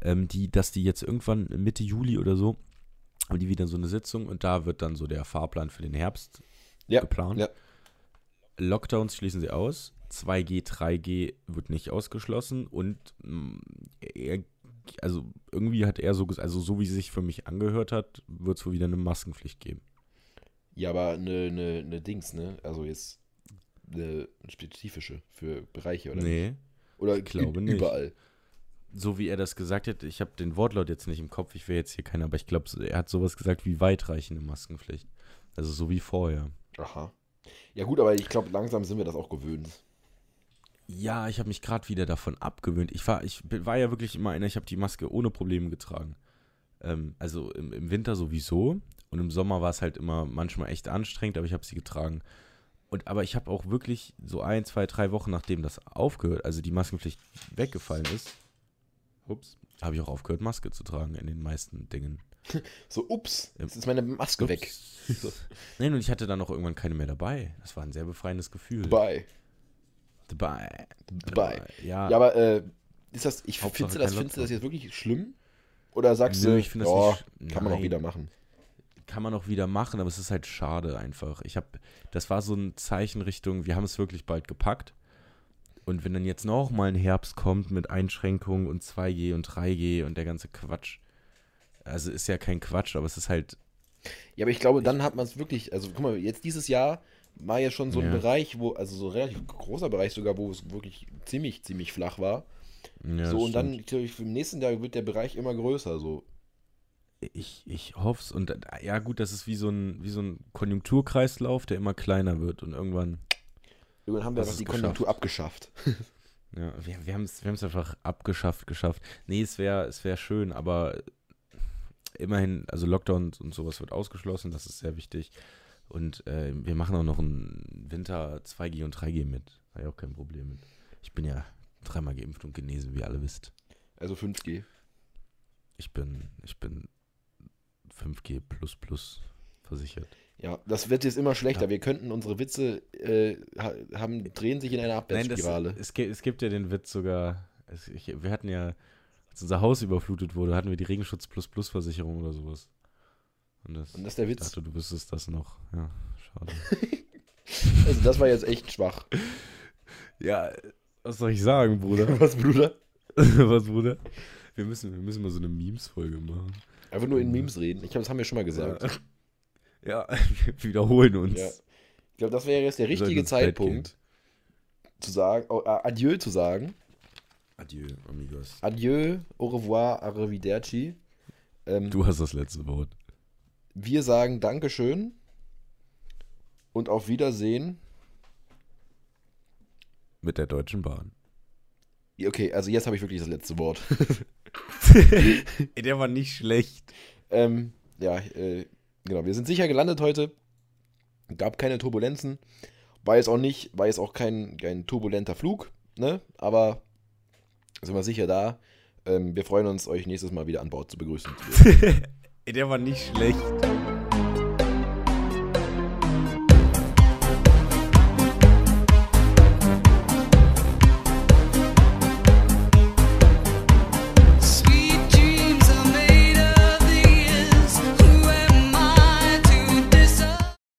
Speaker 2: ähm, die, dass die jetzt irgendwann Mitte Juli oder so haben die wieder so eine Sitzung und da wird dann so der Fahrplan für den Herbst
Speaker 1: Ja.
Speaker 2: geplant.
Speaker 1: ja.
Speaker 2: Lockdowns schließen sie aus. 2G, 3G wird nicht ausgeschlossen und mh, er, also irgendwie hat er so gesagt, also so wie es sich für mich angehört hat, wird es wohl wieder eine Maskenpflicht geben.
Speaker 1: Ja, aber eine ne, ne Dings, ne? Also jetzt eine spezifische für Bereiche oder
Speaker 2: nee.
Speaker 1: Oder
Speaker 2: ich glaube
Speaker 1: ü-
Speaker 2: nicht.
Speaker 1: überall.
Speaker 2: so wie er das gesagt hat, ich habe den Wortlaut jetzt nicht im Kopf, ich will jetzt hier keinen, aber ich glaube, er hat sowas gesagt wie weitreichende Maskenpflicht. Also so wie vorher.
Speaker 1: Aha. Ja gut, aber ich glaube, langsam sind wir das auch gewöhnt.
Speaker 2: Ja, ich habe mich gerade wieder davon abgewöhnt. Ich war, ich bin- war ja wirklich immer einer, ich habe die Maske ohne Probleme getragen. Ähm, also im, im Winter sowieso und im Sommer war es halt immer manchmal echt anstrengend, aber ich habe sie getragen. Und aber ich habe auch wirklich so ein, zwei, drei Wochen nachdem das aufgehört, also die Maskenpflicht weggefallen ist, ups, habe ich auch aufgehört, Maske zu tragen in den meisten Dingen.
Speaker 1: So, ups,
Speaker 2: Ja.
Speaker 1: jetzt ist meine Maske weg. So.
Speaker 2: Nein, und ich hatte dann auch irgendwann keine mehr dabei. Das war ein sehr befreiendes Gefühl.
Speaker 1: Bye.
Speaker 2: Dabei.
Speaker 1: Bye.
Speaker 2: Ja,
Speaker 1: Ja, aber äh, ist das, ich
Speaker 2: Ah. Hauptsache
Speaker 1: finde das,
Speaker 2: kein
Speaker 1: findest du das
Speaker 2: Lockdown.
Speaker 1: jetzt wirklich schlimm? Oder sagst
Speaker 2: Nö,
Speaker 1: du,
Speaker 2: ich find das
Speaker 1: ja,
Speaker 2: nicht-
Speaker 1: kann man auch
Speaker 2: Nein.
Speaker 1: wieder machen?
Speaker 2: kann man auch wieder machen, aber es ist halt schade einfach. Ich habe, das war so ein Zeichen Richtung, wir haben es wirklich bald gepackt. Und wenn dann jetzt noch mal ein Herbst kommt mit Einschränkungen und 2G und 3G und der ganze Quatsch, also ist ja kein Quatsch, aber es ist halt,
Speaker 1: Ja, aber ich glaube, dann hat man es wirklich, also guck mal, jetzt dieses Jahr war ja schon so ein
Speaker 2: Ja.
Speaker 1: Bereich, wo, also so ein relativ großer Bereich sogar, wo es wirklich ziemlich, ziemlich flach war.
Speaker 2: ja,
Speaker 1: so, und dann,
Speaker 2: stimmt.
Speaker 1: ich glaube, im nächsten Jahr wird der Bereich immer größer, so.
Speaker 2: ich, ich hoffe es. Und äh, ja gut, das ist wie so, ein, wie so ein Konjunkturkreislauf, der immer kleiner wird und irgendwann
Speaker 1: Irgendwann haben wir
Speaker 2: Hast
Speaker 1: einfach
Speaker 2: es
Speaker 1: die Konjunktur abgeschafft.
Speaker 2: Ja, wir, wir haben es wir haben's einfach abgeschafft, geschafft. Nee, es wäre es wär schön, aber immerhin, also Lockdown und sowas wird ausgeschlossen, das ist sehr wichtig. Und äh, wir machen auch noch einen Winter 2G und 3G mit. Habe ich auch kein Problem mit. Ich bin ja dreimal geimpft und genesen, wie ihr alle wisst.
Speaker 1: Also 5G.
Speaker 2: Ich bin, ich bin 5G plus plus versichert.
Speaker 1: Ja, das wird jetzt immer schlechter.
Speaker 2: Ja.
Speaker 1: Wir könnten unsere Witze äh, ha- haben, drehen sich in eine Abwärtsspirale.
Speaker 2: es, gibt, es gibt ja den Witz sogar, es, ich, wir hatten ja, als unser Haus überflutet wurde, hatten wir die Regenschutz plus plus Versicherung oder sowas. Und das,
Speaker 1: Und das ist der
Speaker 2: ich
Speaker 1: Witz.
Speaker 2: dachte, du wüsstest das noch. Ja, schade.
Speaker 1: Also das war jetzt echt schwach.
Speaker 2: ja, was soll ich sagen, Bruder?
Speaker 1: Was, Bruder?
Speaker 2: was, Bruder? Wir müssen, wir müssen mal so eine Memes-Folge machen.
Speaker 1: Einfach nur in Memes reden. Ich glaube, das haben wir schon mal gesagt.
Speaker 2: Ja, wir wiederholen uns.
Speaker 1: Ja. Ich glaube, das wäre jetzt der
Speaker 2: Wir sollten
Speaker 1: richtige
Speaker 2: ins Bett
Speaker 1: Zeitpunkt, zu sagen, oh, äh, adieu zu sagen.
Speaker 2: gehen. Adieu, amigos.
Speaker 1: Adieu, au revoir, arrivederci. Ähm,
Speaker 2: Du hast das letzte Wort.
Speaker 1: wir sagen Dankeschön und auf Wiedersehen.
Speaker 2: Mit der Deutschen Bahn.
Speaker 1: Ja, Okay, also jetzt habe ich wirklich das letzte Wort.
Speaker 2: Ey, der war nicht schlecht.
Speaker 1: ähm, ja, äh, genau, wir sind sicher gelandet heute. Gab keine Turbulenzen. War jetzt auch nicht, war jetzt auch kein, kein turbulenter Flug, ne? Aber sind wir sicher da. Ähm, wir freuen uns, euch nächstes Mal wieder an Bord zu begrüßen.
Speaker 2: Ey, der war nicht schlecht.